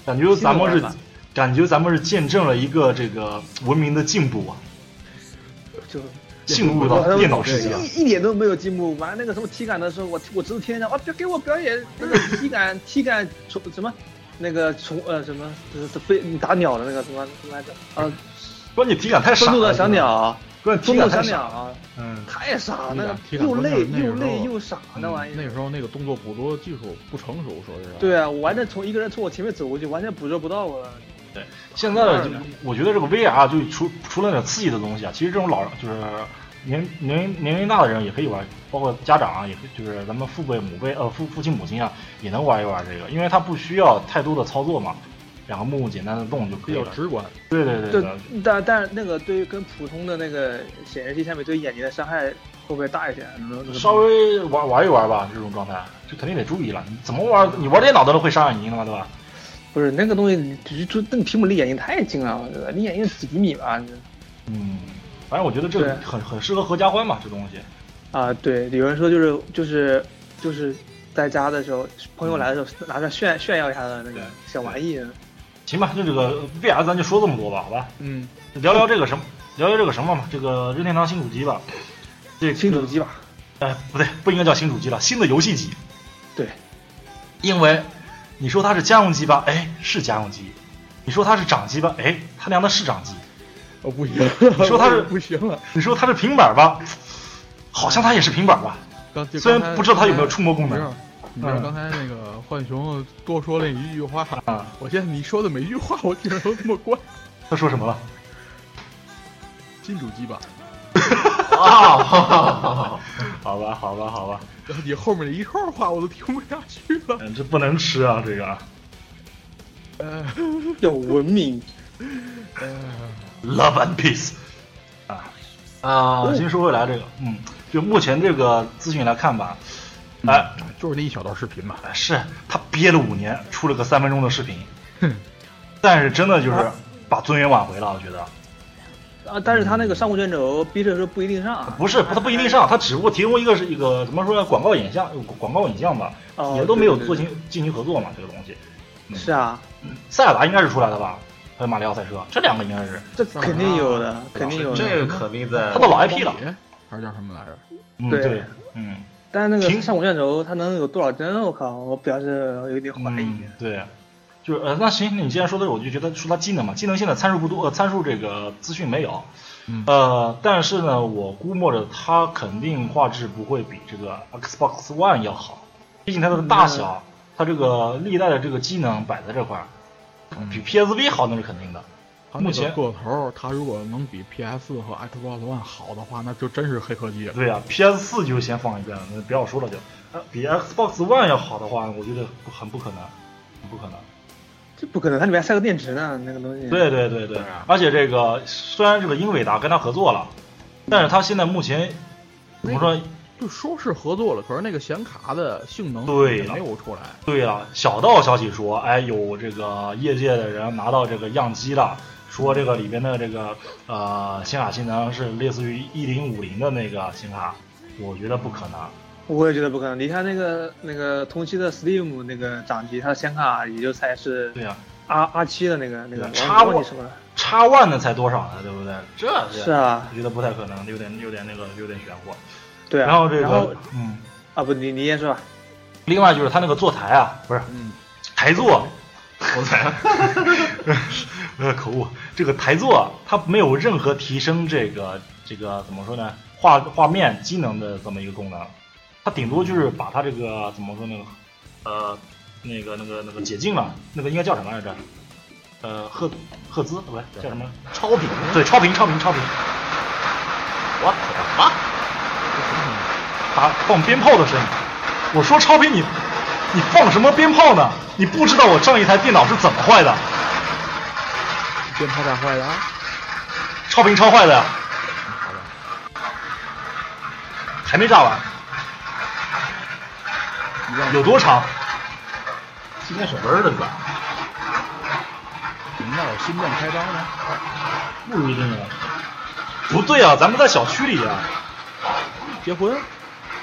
A: 感觉咱们
D: 新的玩
A: 是
D: 法，
A: 感觉咱们是见证了一个这个文明的进步啊，
D: (laughs) 就
A: 进入到电脑世界啊了。
D: 一一点都没有进步。玩那个什么体感的时候，我我只是天天想，啊，别给我表演那个体感体感虫什么。那个虫呃什么，就是飞你打鸟的那个什么什么来着？啊，
A: 关键体感太
D: 愤
A: 傻
D: 怒
A: 了，
D: 的小，鸟，
A: 关键
D: 愤
A: 体
D: 怒
A: 感太
D: 小
A: 傻。
D: 鸟，
A: 嗯，
D: 太傻
B: 体
D: 了
B: 感，体感
D: 又
B: 不是
D: 累
B: 那个
D: 又
B: 时候
D: 累又傻那玩
A: 嗯
D: 意
B: 嗯那
D: 儿
B: 个。时候那个动作捕捉技术不成熟，说实话。
D: 对啊，我完全从一个人从我前面走过去，完全捕捉不到我。嗯
A: 现在的就我觉得这个 VR 就除除了点刺激的东西啊，其实这种老就是年年龄年龄大的人也可以玩，包括家长啊，也可以就是咱们父辈母辈呃父父亲母亲啊，也能玩一玩这个，因为它不需要太多的操作嘛，两个木木简单的动就可
B: 比
A: 以
B: 较
A: 了。
B: 直观。
A: 对对对
D: 对
A: 对，
D: 但但那个对于跟普通的那个显示器下面对眼睛的伤害会不会大一些？你说这个
A: 稍微玩玩一玩吧，这种状态就肯定得注意了。你怎么玩？你玩电脑都能会伤眼睛的嘛，对吧？
D: 不是那个东西，你就就那个屏幕离眼睛太近了，我觉得离眼睛几厘米吧。你
A: 嗯，反正我觉得这个
D: 对
A: 很很适合合家欢嘛，这东西。
D: 啊，对，有人说就是就是就是在家的时候，朋友来的时候拿着炫炫耀一下的那个
A: 对
D: 小玩意。
A: 行吧，就这个 VR 咱就说这么多吧，好吧？
B: 嗯，
A: 就聊聊这个什么，聊聊这个什么嘛，这个任天堂新主机吧。这个
D: 新主机
A: (laughs)
D: 吧，
A: 哎，不对，不应该叫新主机了，新的游戏机。
D: 对，
A: 因为你说它是家用机吧，哎，是家用机；你说它是掌机吧，哎，他娘的是掌机；
B: 哦
A: (laughs)
B: (laughs) 不行了，
A: 说他是 (laughs)
B: 不行了，
A: 你说它是平板吧，好像它也是平板吧。
B: 刚就
A: 虽
B: 刚才嗯
A: 然不知道它有没有触摸功
B: 你知
A: 能
B: 道，你知道
A: 嗯
B: 刚才那个浣熊多说了一句话，
A: 啊。
B: (laughs) 我现在你说的每一句话我听着都他妈怪。
A: 他说什么了？
B: 金主机吧，
C: 啊，
A: 好吧，好吧，好吧，
B: 然后你后面的一串话我都听不下去了。
A: 嗯，这不能吃啊，这个。
B: 呃
D: 要文明。
B: 呃，
C: Love and peace
D: 哦
A: 啊、
B: 哦
A: 先说回来这个，嗯，就目前这个资讯来看吧，
D: 嗯
A: 哎、
B: 就是那一小段视频嘛，
A: 是他憋了五年，出了个三分钟的视频， (laughs) 但是真的就是把尊严挽回了，我觉得。
D: 啊，但是他
A: 嗯
D: 那个上古卷轴逼着说不一定上啊，
A: 不是，他不一定上，他只不过提供一个是一个怎么说呢，广告影像，广告影像吧，
D: 哦
A: 也都没有做
D: 对
A: 进进行合作嘛，这个东西。
D: 是啊，
A: 塞尔达应该是出来的吧？还有马里奥赛车，这两个应该是，
D: 这肯定有的，肯定有的。
C: 这个肯定在
D: 呃
A: 他都老 IP 了
B: 光。碟哎还是叫什么来着？
A: 嗯，
D: 对
A: 对，嗯。
D: 但是那
A: 挺
D: 个上古卷轴它能有多少帧？我靠，我表示有点怀疑。啊
A: 嗯、对，就是呃，那行，你既然说的，我就觉得说它技能嘛，技能现在参数不多，呃，参数这个资讯没有，
B: 嗯
A: 呃，但是呢，我估摸着它肯定画质不会比这个 Xbox One 要好，毕竟它的大小，它这个历代的这个机能摆在这块儿，比 PSV 好那是肯定的。
B: 它那
A: 目
B: 个
A: 前
B: 个头，它如果能比 PS 和 Xbox One 好的话，那就真是黑科技了。
A: 对呀、p 啊 s 四就先放一边，那不要说了就，呃比 Xbox One 要好的话，我觉得不很不可能，很不可能。
D: 这不可能，它里面还塞个电池呢，那个东西。
A: 嗯对对对对，啊而且这个虽然这个英伟达跟他合作了，但是他现在目前怎么说？
B: 就说是合作了，可是那个显卡的性能
A: 对
B: 也
A: 了
B: 没有出来。
A: 对了，小道消息说，哎，有这个业界的人拿到这个样机了，说这个里边的这个呃显卡性能是类似于一零五零的那个显卡，我觉得不可能。
D: 我也觉得不可能。你看那个那个同期的 Steam 那个掌机，它的显卡也就才是
A: 对啊呀、
D: R R 7的那个那个，
A: 对
D: 我
A: 插
D: 忘
A: 过
D: 记什么了。
A: x One 的才多少呢？对不对？这
D: 是啊，
A: 我觉得不太可能，有点有点那个有点玄乎。
D: 对啊。
A: 然后这
D: 然后
A: 个嗯，
D: 啊不，你你先说吧。
A: 另外就是他那个坐台啊，不是
B: 嗯，
A: 台座，我操！ (laughs) 呃，口误，这个台座它没有任何提升这个这个怎么说呢？画画面机能的这么一个功能，它顶多就是把它这个怎么说那个呃那个那个那个解禁了，那个应该叫什么来着？呃，赫赫兹不是叫什么？
C: 超频。
A: 对，超频超频超频，
C: 我操！
A: 打放鞭炮的声音。我说超频你你放什么鞭炮呢？你不知道我上一台电脑是怎么坏的？
B: 鞭炮炸坏的啊，
A: 超频超坏的呀，还没炸完，
B: 一万
A: 有多长？
C: 今天什么日子吧？
B: 频道新店开张呢？
A: 不一定啊。不对啊，咱们在小区里啊，
B: 结婚，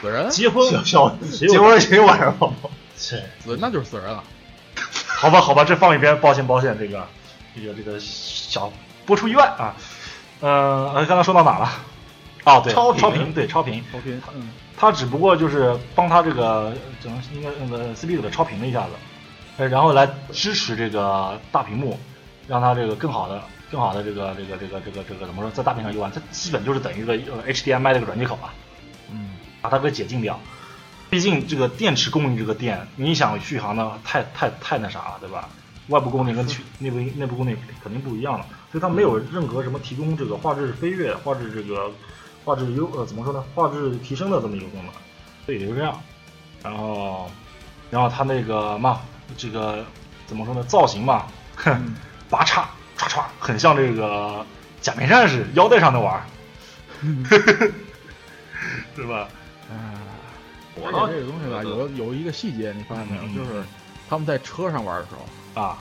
B: 死人，
A: 啊结婚
C: 小小
A: 谁
C: 结
A: 有
C: 婚谁晚上好？
A: 切，
B: 死那就是死人了。
A: 好吧好吧，这放一边，抱歉抱歉，这个这个这个小播出意外啊。呃，呃刚才说到哪了？哦，对，
C: 超
A: 超
C: 频
A: 对超频，
B: 超频，嗯，
A: 他只不过就是帮他这个整个应该那个 CP 组的超频了一下子，呃，然后来支持这个大屏幕，让它这个更好的、更好的这个这个这个这个这个怎么说，在大屏上游玩，它基本就是等于一个呃 HDMI 的一个软接口啊，
B: 嗯，
A: 把它给解禁掉。毕竟这个电池供应这个电，你想续航呢，太太太那啥了，对吧？外部供电跟去内部内部供电肯定不一样了，所以它没有任何什么提供这个画质飞跃、画质这个画质优呃怎么说呢？画质提升的这么一个功能，所以也就这样。然后，然后它那个嘛，这个怎么说呢？造型嘛，哼，拔叉唰唰，很像这个假面战士腰带上的玩儿，嗯 (laughs) 是吧？
B: 哎，
C: 我
B: 而
C: 倒
B: 且这个东西吧，有有一个细节，你发现没有？
A: 嗯
B: 就是他们在车上玩的时候，
A: 啊，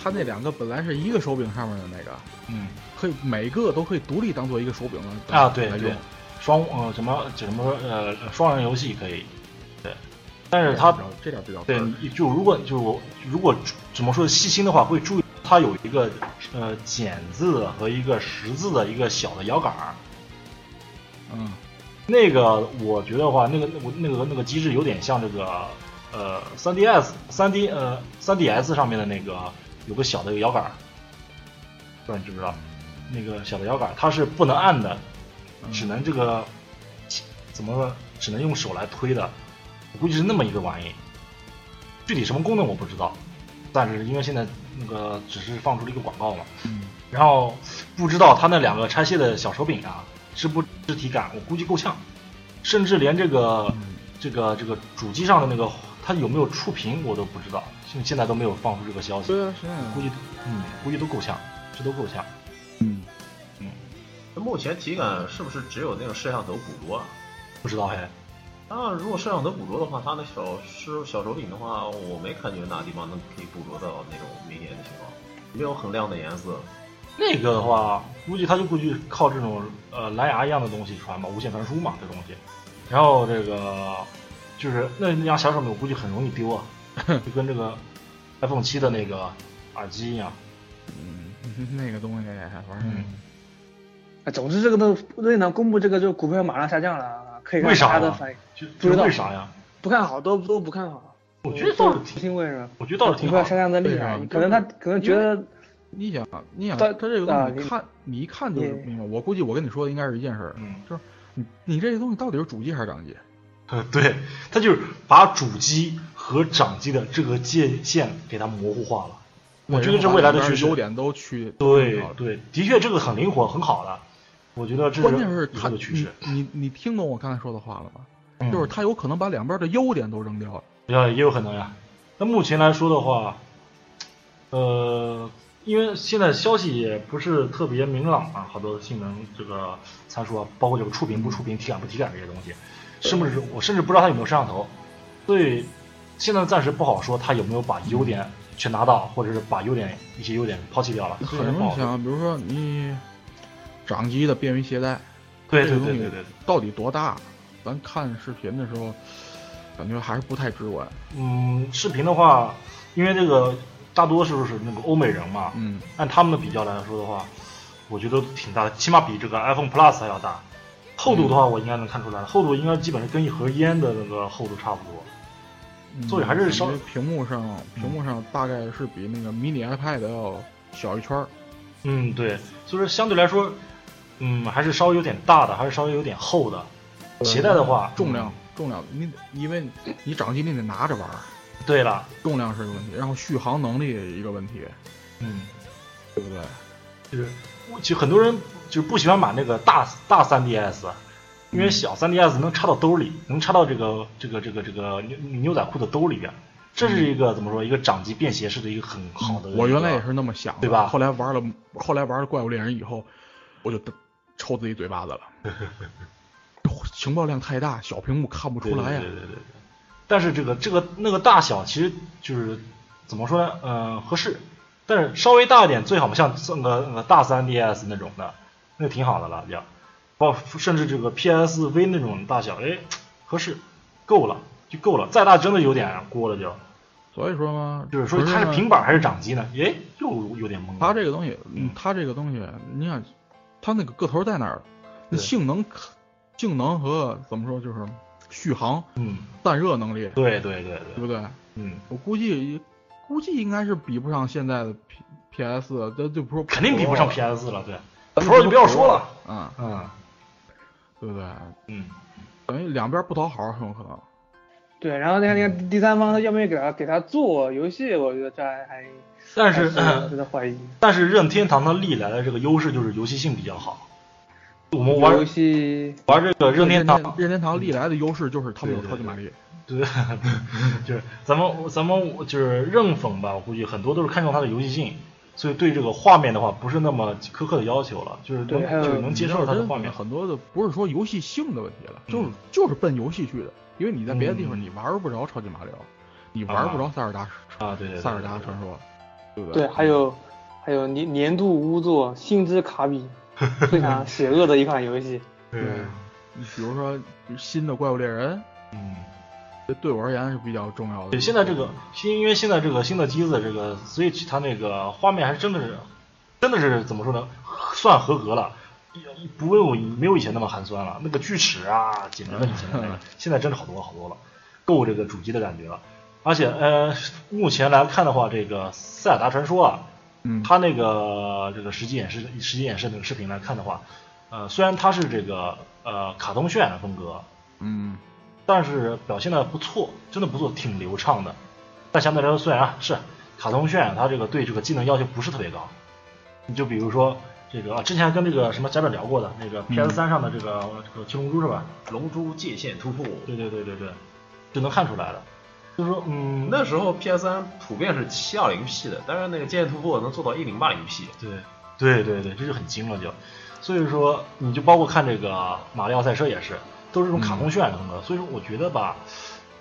B: 他那两个本来是一个手柄上面的那个，
A: 嗯。
B: 可以每个都可以独立当做一个手柄来
A: 啊，对
B: 来
A: 对
B: 用。，
A: 双呃什么就什么呃双人游戏可以，对，但是
B: 这
A: 它
B: 点比较这点比较
A: 对
B: 笨
A: 你就如果就我如果怎么说细心的话，会注意它有一个呃简字和一个识字的一个小的摇杆儿，
B: 嗯，
A: 那个我觉得话，那个我那个那个机制有点像这个呃 3DS 3D 呃 3DS 上面的那个有个小的摇杆儿，不知道你知不知道？那个小的摇杆儿它是不能按的，
B: 嗯
A: 只能这个怎么说只能用手来推的，我估计是那么一个玩意。具体什么功能我不知道，但是因为现在那个只是放出了一个广告嘛，然后不知道它那两个拆卸的小手柄啊，是不是体感，我估计够呛，甚至连这个这个这个主机上的那个它有没有触屏我都不知道，现现在都没有放出这个消息，
B: 对啊，现在
A: 估计嗯估计都够呛，这都够呛。
B: 嗯，
E: 那目前体感是不是只有那个摄像头捕捉啊？
A: 不知道嘿，
E: 那如果摄像头捕捉的话，它那小是小手柄的话，我没感觉哪地方能可以捕捉到那种明显的情况，没有很亮的颜色。
A: 那个的话，估计他就估计靠这种呃蓝牙一样的东西传吧，无线传输嘛，这东西。然后这个就是那那样小手柄，我估计很容易丢啊， (laughs) 就跟这个 iPhone 七的那个耳机一样。
B: 嗯，那个东西反正
A: 嗯，
D: 啊，总之这个都瑞南公布这个，就股票马上下降了啊，可以看
A: 为啥
D: 大家的
A: 呀
D: 反应，
A: 就
D: 不知道
A: 为啥呀？
D: 不看好，都都不看好。
A: 我觉得倒是
D: 不
A: 挺，
D: 听为什么？
A: 我觉得倒是
D: 股
A: 挺
D: 票
A: 好啊
D: 下。降的厉
B: 为啥
D: 害
B: 呢，
D: 可能他可能觉得
B: 你想，你想，
D: 但
B: 他这个
D: 啊
B: 东西
D: 你
B: 你看，你一看就是
D: 你
B: 明白。我估计我跟你说的应该是一件事儿，
A: 嗯，
B: 就是你你这个东西到底是主机还是掌机？
A: 呃对，他就是把主机和掌机的这个界限给它模糊化了。我觉得这未来的趋势
B: 优点都去
A: 对
B: 好了
A: 对，的确这个很灵活，很好的。我觉得这
B: 关键
A: 是
B: 是
A: 以
B: 他
A: 后的趋势，
B: 你你你听懂我刚才说的话了吗？
A: 嗯
B: 就是他有可能把两边的优点都扔掉了。
A: 也也有可能呀。那目前来说的话，呃，因为现在消息也不是特别明朗啊，好多性能这个参数啊，包括这个触屏不触屏、体感不体感这些东西，甚至我甚至不知道它有没有摄像头，所以现在暂时不好说它有没有把优点全拿到，或者是把优点一些优点抛弃掉了，这
B: 很
A: 个
B: 容
A: 不好
B: 易
A: 说。
B: 想，比如说你掌机的便于携带，
A: 对对
B: 这个
A: 对
B: 东西
A: 对对，
B: 到底多大？咱看视频的时候，感觉还是不太直观。
A: 嗯，视频的话，因为这个大多数是那个欧美人嘛，
B: 嗯，
A: 按他们的比较来说的话，我觉得挺大的，起码比这个 iPhone Plus 还要大。厚度的
B: 嗯
A: 话，我应该能看出来，厚度应该基本上跟一盒烟的那个厚度差不多。所以还是稍
B: 嗯因为屏幕上，屏幕上大概是比那个迷你 iPad 要小一圈儿。
A: 嗯，对，所以说相对来说，嗯，还是稍微有点大的，还是稍微有点厚的。携带的话，嗯
B: 重量，重量，你因为你掌机你得拿着玩儿，
A: 对了，
B: 重量是一个问题，然后续航能力也一个问题，
A: 嗯，
B: 对不对？
A: 我其实很多人就不喜欢买那个大大 3DS，因
B: 嗯
A: 为小 3DS 能插到兜里，能插到这个这个这个这个牛牛仔裤的兜里边，这是一个怎么说？一个掌机便携式的一个很好的一个。
B: 嗯我原来也是那么想的，
A: 对吧
B: 后来玩了，后来玩了怪物猎人以后，我就抽自己嘴巴子
A: (laughs)
B: 了。情报量太大，小屏幕看不出来呀、
A: 对对对对对。但是这个这个那个大小，其实就是怎么说呢？呃，合适，但是稍微大一点最好嘛，像那个那个大 3DS 那种的，那挺好的了，就，包甚至这个 PSV 那种大小，哎，合适，够了就够了，再大真的有点过了就。
B: 所以说嘛，
A: 就是说它是
B: 不
A: 平
B: 嘛，
A: 板还是掌机呢？哎，又有点懵了。
B: 它这个东西，
A: 嗯
B: 嗯它这个东西，你想，它那个个头在那儿，那
A: 对
B: 性能可、性能和怎么说就是续航、
A: 嗯，
B: 散热能力，
A: 对对对
B: 对
A: 对，
B: 不对？
A: 嗯，
B: 我估计估计应该是比不上现在的 P P S，这就不说
A: 肯定比不上
B: Pro 了
A: PS 了，对
B: 咱
A: ，Pro 就不要说
B: 了
A: 了，，
B: 嗯，
A: 嗯
B: 对不对？
A: 嗯。
B: 等于两边不讨好，很有可能。
D: 对，然后那个那个第三方他要不要给他给他做游戏，我觉得这还还
A: 但是嗯
D: 还值得怀疑。
A: 但是任天堂它历来的这个优势就是游戏性比较好。我们
D: 游
A: 玩
D: 戏
A: 玩这个任天堂，
B: 任天堂历来的优势就是他们有
A: 对对
B: 超级玛丽，
A: 对， (laughs) 就是咱们咱们就是任粉吧，我估计很多都是看重它的游戏性，所以对这个画面的话不是那么苛刻的要求了，就是能
D: 对还有
A: 就是能接受它的画面。
B: 嗯很多的不是说游戏性的问题了，
A: 嗯
B: 就是就是奔游戏去的，因为你在别的地方
A: 嗯
B: 你玩不着超级马里奥，你玩不着塞尔达
A: 啊，对对对，
B: 塞尔达传说，对不
D: 对，还有还有年年度污作《星之卡比》，非常邪恶的一款游戏。
A: 对，
B: 你比如说新的怪物猎人，
A: 嗯。
B: 这对我而言是比较重要的。
A: 对，现在这个新，因为现在这个新的机子，这个 Switch 它那个画面还真的是，真的是怎么说呢，算合格了，也不会有没有以前那么寒酸了。那个锯齿啊，简直了以前的那个，现在真的好多好多了，够这个主机的感觉了。而且呃，目前来看的话，这个《塞尔达传说》啊，
B: 嗯，
A: 它那个这个实际演示、实际演示那个视频来看的话，呃，虽然它是这个呃卡通渲染风格，
B: 嗯，
A: 但是表现的不错，真的不错，挺流畅的。但相对来说，虽然啊是卡通渲染，它这个对这个技能要求不是特别高。你就比如说这个，啊之前跟这个什么甲表聊过的那个 PS 三上的这个、呃这个七龙珠是吧？
C: 龙珠界限突破，
A: 对对对对对，就能看出来了。就是说，嗯，
C: 那时候 PS 三普遍是七二零 P 的，但是那个界限突破能做到一零八零 P。
A: 对对对对，这就很精了就。所以说，你就包括看这个马里奥赛车也是，都是这种卡
B: 嗯
A: 通渲染的风格。所以说，我觉得吧，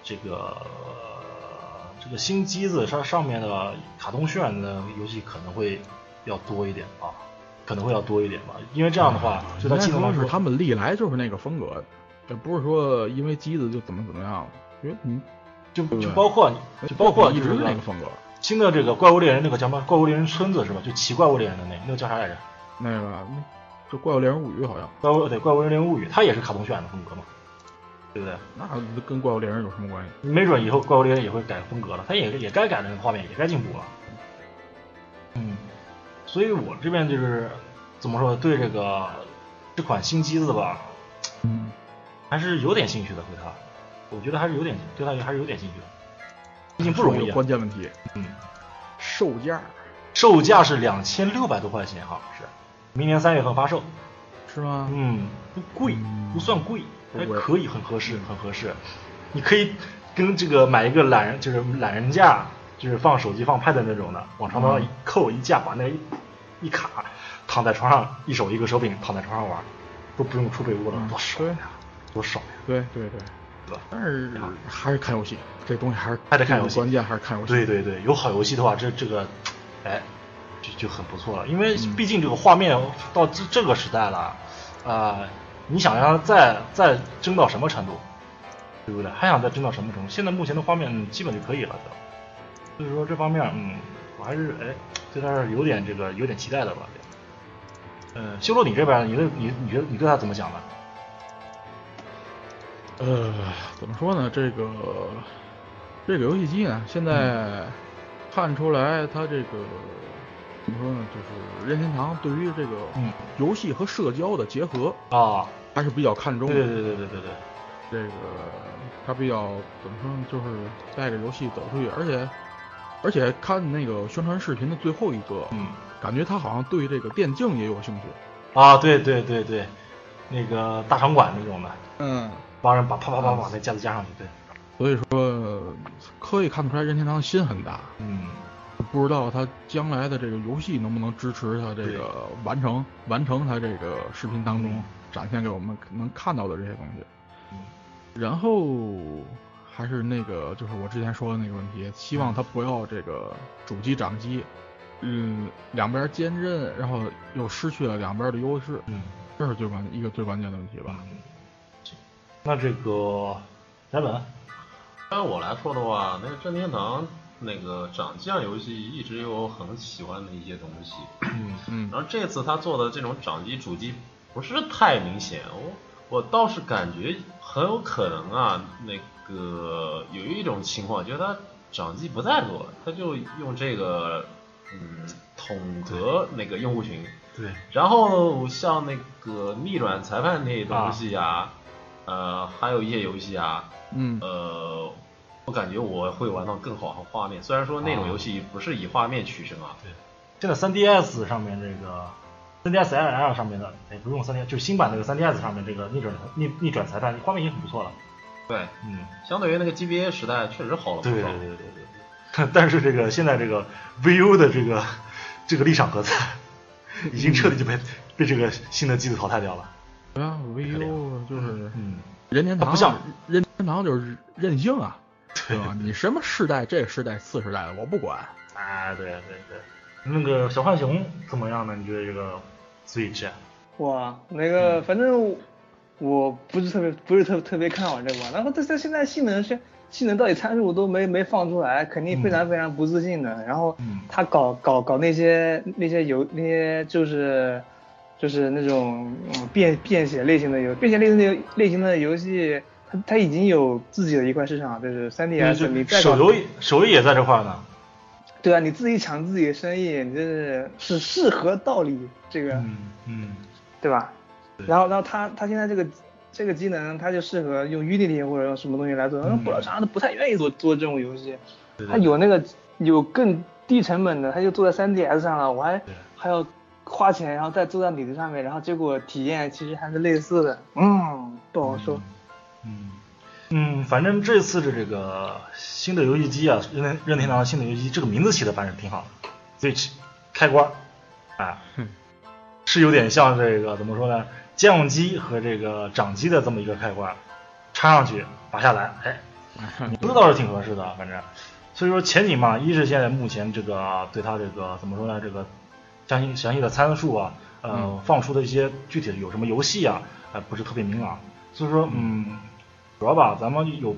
A: 这个这个新机子上上面的卡通渲染的游戏可能会要多一点吧，可能会要多一点吧，因为这样的
B: 啊
A: 话，就它技能
B: 应该
A: 来
B: 说
A: 说
B: 是他们历来就是那个风格，也不是说因为机子就怎么怎么样了，因为你
A: 就
B: 对
A: 就包括就包括
B: 一
A: 就
B: 直
A: 是
B: 是
A: 这
B: 那
A: 样
B: 个风格，
A: 新的这个怪物猎人那个叫什么？怪物猎人村子是吧？就骑怪物猎人的那个，那个叫啥来着？
B: 那个那就《怪物猎人物语》好像，
A: 怪物对怪物猎人物语，它也是卡通渲染的风格嘛，对不对？
B: 那跟《怪物猎人》有什么关系？
A: 没准以后怪物猎人也会改风格了，它也也该改了，那个画面也该进步了。嗯，所以我这边就是怎么说，对这个这款新机子吧，
B: 嗯，
A: 还是有点兴趣的，对它，我觉得还是有点对它还是有点兴趣的，毕竟不容易、啊。
B: 关键问题，
A: 嗯，
B: 售价
A: 售价是两千六百多块钱，好像是，明年三月份发售。
B: 是吗？
A: 嗯，不贵，不算贵，
B: 不
A: 还
B: 贵嗯
A: 可以，很合适，很合适。你可以跟这个买一个懒人，就是懒人架，就是放手机、放 pad 的那种的，往床头
B: 嗯
A: 上一扣一架，把那个一一卡，躺在床上，一手一个手柄躺在床上玩，都不用出被窝了，
B: 嗯
A: 多爽
B: 对
A: 呀，多爽呀！
B: 对对对
A: 对，
B: 但是还是看游戏，这东西还是
A: 还得看游戏
B: 关键还是看游戏。
A: 对对对，有好游戏的话，这这个，哎，就就很不错了。因为
B: 嗯
A: 毕竟这个画面到这这个时代了，啊、你想让它再再争到什么程度，对不对？还想再争到什么程度？现在目前的画面基本就可以了都。所以说这方面，嗯，我还是哎对它是有点这个有点期待的吧。这呃，修罗你这边，你对你你觉得你对它怎么想的？
B: 呃，怎么说呢？这个这个游戏机呢，现在
A: 嗯
B: 看出来它这个怎么说呢？就是任天堂对于这个
A: 嗯
B: 游戏和社交的结合
A: 啊，
B: 还是比较看重
A: 对
B: 的。
A: 对对对对对对，
B: 这个它比较怎么说呢？就是带着游戏走出去，而且而且看那个宣传视频的最后一个，
A: 嗯。
B: 感觉他好像对这个电竞也有兴趣。
A: 啊，对对对对，那个大场馆那种的，
B: 嗯，
A: 帮人把啪啪啪把那架子加上去，对，
B: 所以说可以看得出来任天堂心很大，
A: 嗯，
B: 不知道他将来的这个游戏能不能支持他这个完成完成他这个视频当中展现给我们能看到的这些东西。
A: 嗯
B: 然后还是那个，就是我之前说的那个问题，希望他不要这个主机掌机，嗯，两边兼任，然后又失去了两边的优势，
A: 嗯，
B: 这是最关一个最关键的问题吧。
A: 那这个来本，
C: 按我来说的话，那个任天堂那个掌机上游戏一直有很喜欢的一些东西，
A: 嗯
B: 嗯
C: 然后这次他做的这种掌机主机不是太明显，我我倒是感觉很有可能啊，那个有一种情况就是他掌机不再做了，他就用这个嗯统合那个用户群，
A: 对，
C: 然后像那个逆转裁判那东西啊，呃还有一些游戏啊，
B: 嗯，
C: 呃，我感觉我会玩到更好的画面。虽然说那种
A: 啊
C: 游戏不是以画面取胜啊，
A: 现在 3DS 上面这个 3DS LL 上面的，哎，不用 3DS，就是新版那个 3DS 上面这个逆转逆逆转裁判画面已经很不错了，
C: 对，
A: 嗯，
C: 相对于那个 GBA 时代确实好了不
A: 对
C: 少。
A: 对对对对对，但是这个现在这个 VU 的这个这个立场何在，已经彻底就被、被这个新的机子淘汰掉了，
B: 对啊，VU 就是
A: 嗯，
B: 任天堂，
A: 它不像
B: 任天堂就是任性啊，对吧？你什么世代，这个世代、次世代的我不管，
A: 啊，对对对，那个小浣熊怎么样呢？你觉得这个啊 Switch？
D: 哇，那个反正我不是特别不是特特别看好这款，然后但是现在性能是性能到底参数都没没放出来，肯定非常非常不自信的。然后
A: 嗯
D: 他搞搞搞那些那些游那些就是就是那种嗯便便携类型的游便携类型的游类型的游戏，它它已经有自己的一块市场，就是
A: 对
D: 3DS，你
A: 对，
D: 哎再搞
A: 手游也手游也在这块呢。
D: 对啊，你自己抢自己的生意，你这是是适合道理这个。
A: 嗯嗯，
D: 对吧？然后，然后他他现在这个这个技能它就适合用 Unity 或者用什么东西来做。
A: 嗯
D: 火老沙都不太愿意做做这种游戏，
C: 对
D: 他有那个有更低成本的，他就做在 3DS 上了，我还
C: 对
D: 还要花钱，然后再做在你的上面，然后结果体验其实还是类似的。嗯，不好说。
A: 嗯，嗯，反正这次的这个新的游戏机啊，任天任天堂的新的游戏机，这个名字起的反正挺好的，Switch 开关，啊，是有点像这个怎么说呢，家用机和这个掌机的这么一个开关，插上去拔下来，哎，名字倒是挺合适的，反正，所以说前景嘛，一是现在目前这个啊对它这个怎么说呢，这个详细详细的参数啊，呃，
B: 嗯
A: 放出的一些具体的有什么游戏啊，呃，不是特别明朗，所以说嗯，主要吧，咱们有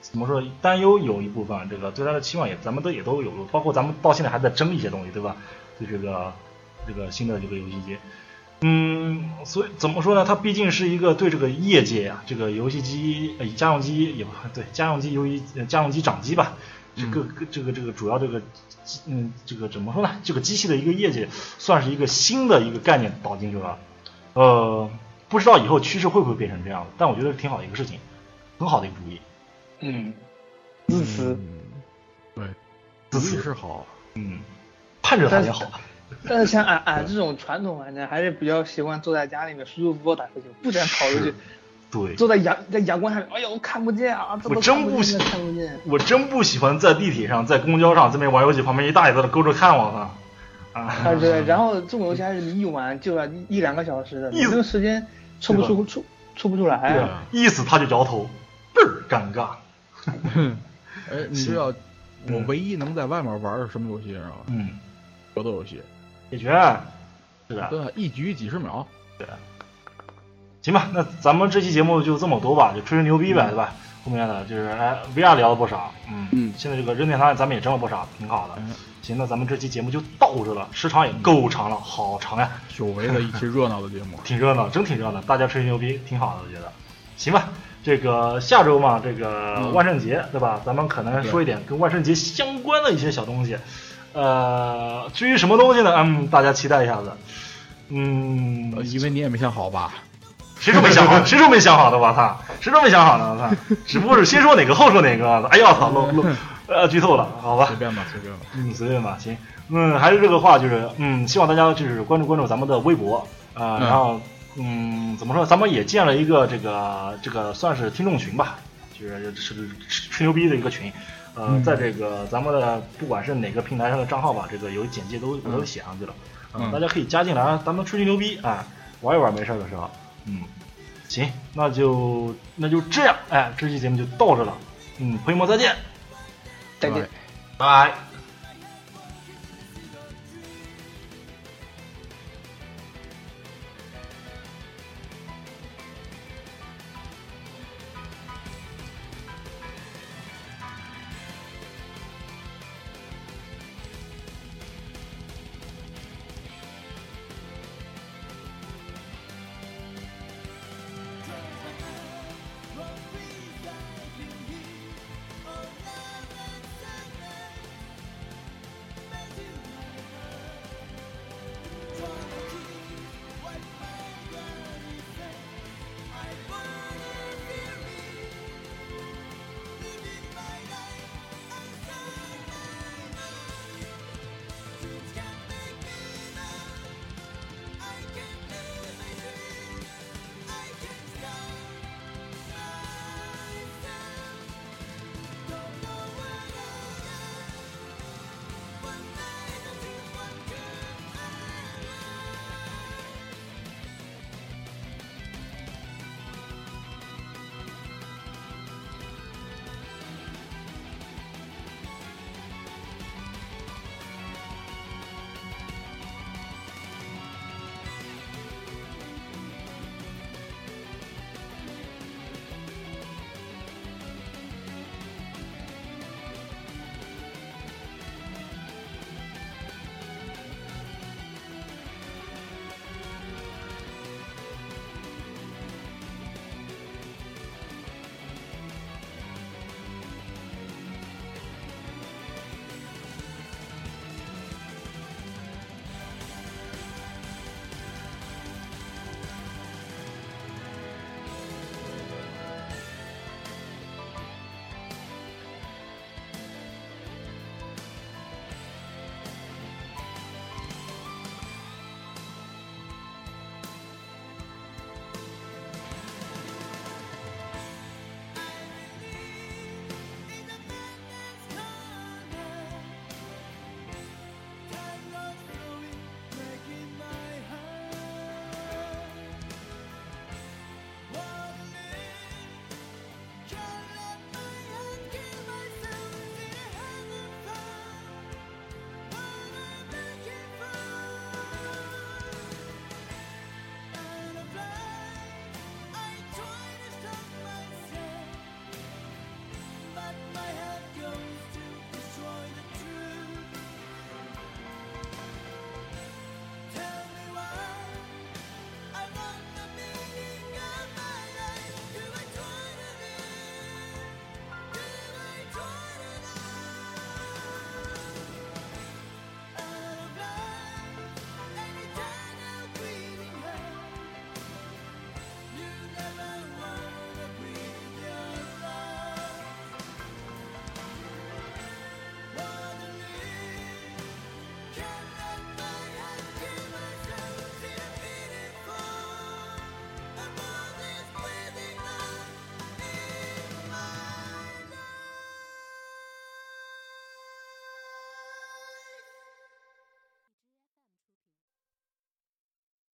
A: 怎么说担忧有一部分，这个对它的期望也咱们都也都有，包括咱们到现在还在争一些东西，对吧？对这个这个新的这个游戏机。嗯，所以怎么说呢？它毕竟是一个对这个业界啊，这个游戏机、呃、家用机也不对，家用机、游戏、呃家用机掌机吧，这个、这个这个主要这个机嗯，这个怎么说呢？这个机器的一个业界算是一个新的一个概念导进去了。呃，不知道以后趋势会不会变成这样，但我觉得挺好的一个事情，很好的一个主意。
D: 嗯，自私。
B: 对，
A: 自私
B: 主意是好，
A: 嗯，盼着它也好吧。
D: (laughs) 但是像俺俺这种传统玩家，还是比较喜欢坐在家里面舒舒服服打台球，不想跑出去
A: 对，
D: 坐在阳在阳光下面，哎呦我看不见啊，这
A: 我
D: 都
A: 真
D: 看不
A: 不喜
D: 见，看不见。
A: 我真不喜欢在地铁上、在公交上这边玩游戏，旁边一大爷在那勾着看我呢。啊，
D: 啊
A: (laughs)
D: 对，然后这种游戏还是你一玩就要一一两个小时的，
A: 一
D: 你这个时间抽不出出抽不出
A: 对
D: 来。
A: 啊一死他就摇头，倍儿尴尬。
B: 哎，你知道我唯一能在外面玩的是什么游戏知道吗？
A: 嗯，
B: 格斗游戏，
A: 解决，是的，
B: 真的，一局几十秒。
A: 行吧，那咱们这期节目就这么多吧，就吹吹牛逼呗，对吧？后面的就是哎，VR 聊了不少，嗯，
B: 嗯
A: 现在这个任天堂咱们也争了不少，挺好的
B: 嗯。
A: 行，那咱们这期节目就到这了，时长也够长了，好长呀，，
B: 久违的一期热闹的节目
A: (laughs) 挺热闹，真挺热闹，大家吹吹牛逼，挺好的，我觉得。行吧，这个下周嘛，这个
B: 嗯
A: 万圣节、对吧？咱们可能说一点跟万圣节相关的一些小东西。呃，至于什么东西呢？嗯，大家期待一下子。嗯，
B: 呃因为你也没想好吧？
A: 谁说没想好？谁说没想好的？我操！谁说没想好的？我操！只不过是先说哪个后说哪个。哎呀，我操！漏漏，呃，剧透了，好吧
B: 随？便吧，随便吧。
A: 嗯，随便吧，行。嗯，还是这个话，就是嗯，希望大家就是关注关注咱们的微博啊、呃
B: 嗯
A: 然后嗯，怎么说？咱们也建了一个这个这个算是听众群吧，就是是是吹牛逼的一个群。呃，
B: 嗯
A: 在这个咱们的不管是哪个平台上的账号吧，这个有简介都我都写上去了，呃
B: 嗯
A: 大家可以加进来啊，咱们吹吹牛逼啊、玩一玩没事儿的时候，嗯，行，那就那就这样，哎，这期节目就到这了，嗯，朋友们再见。
D: 再见
B: 对。
C: 拜拜。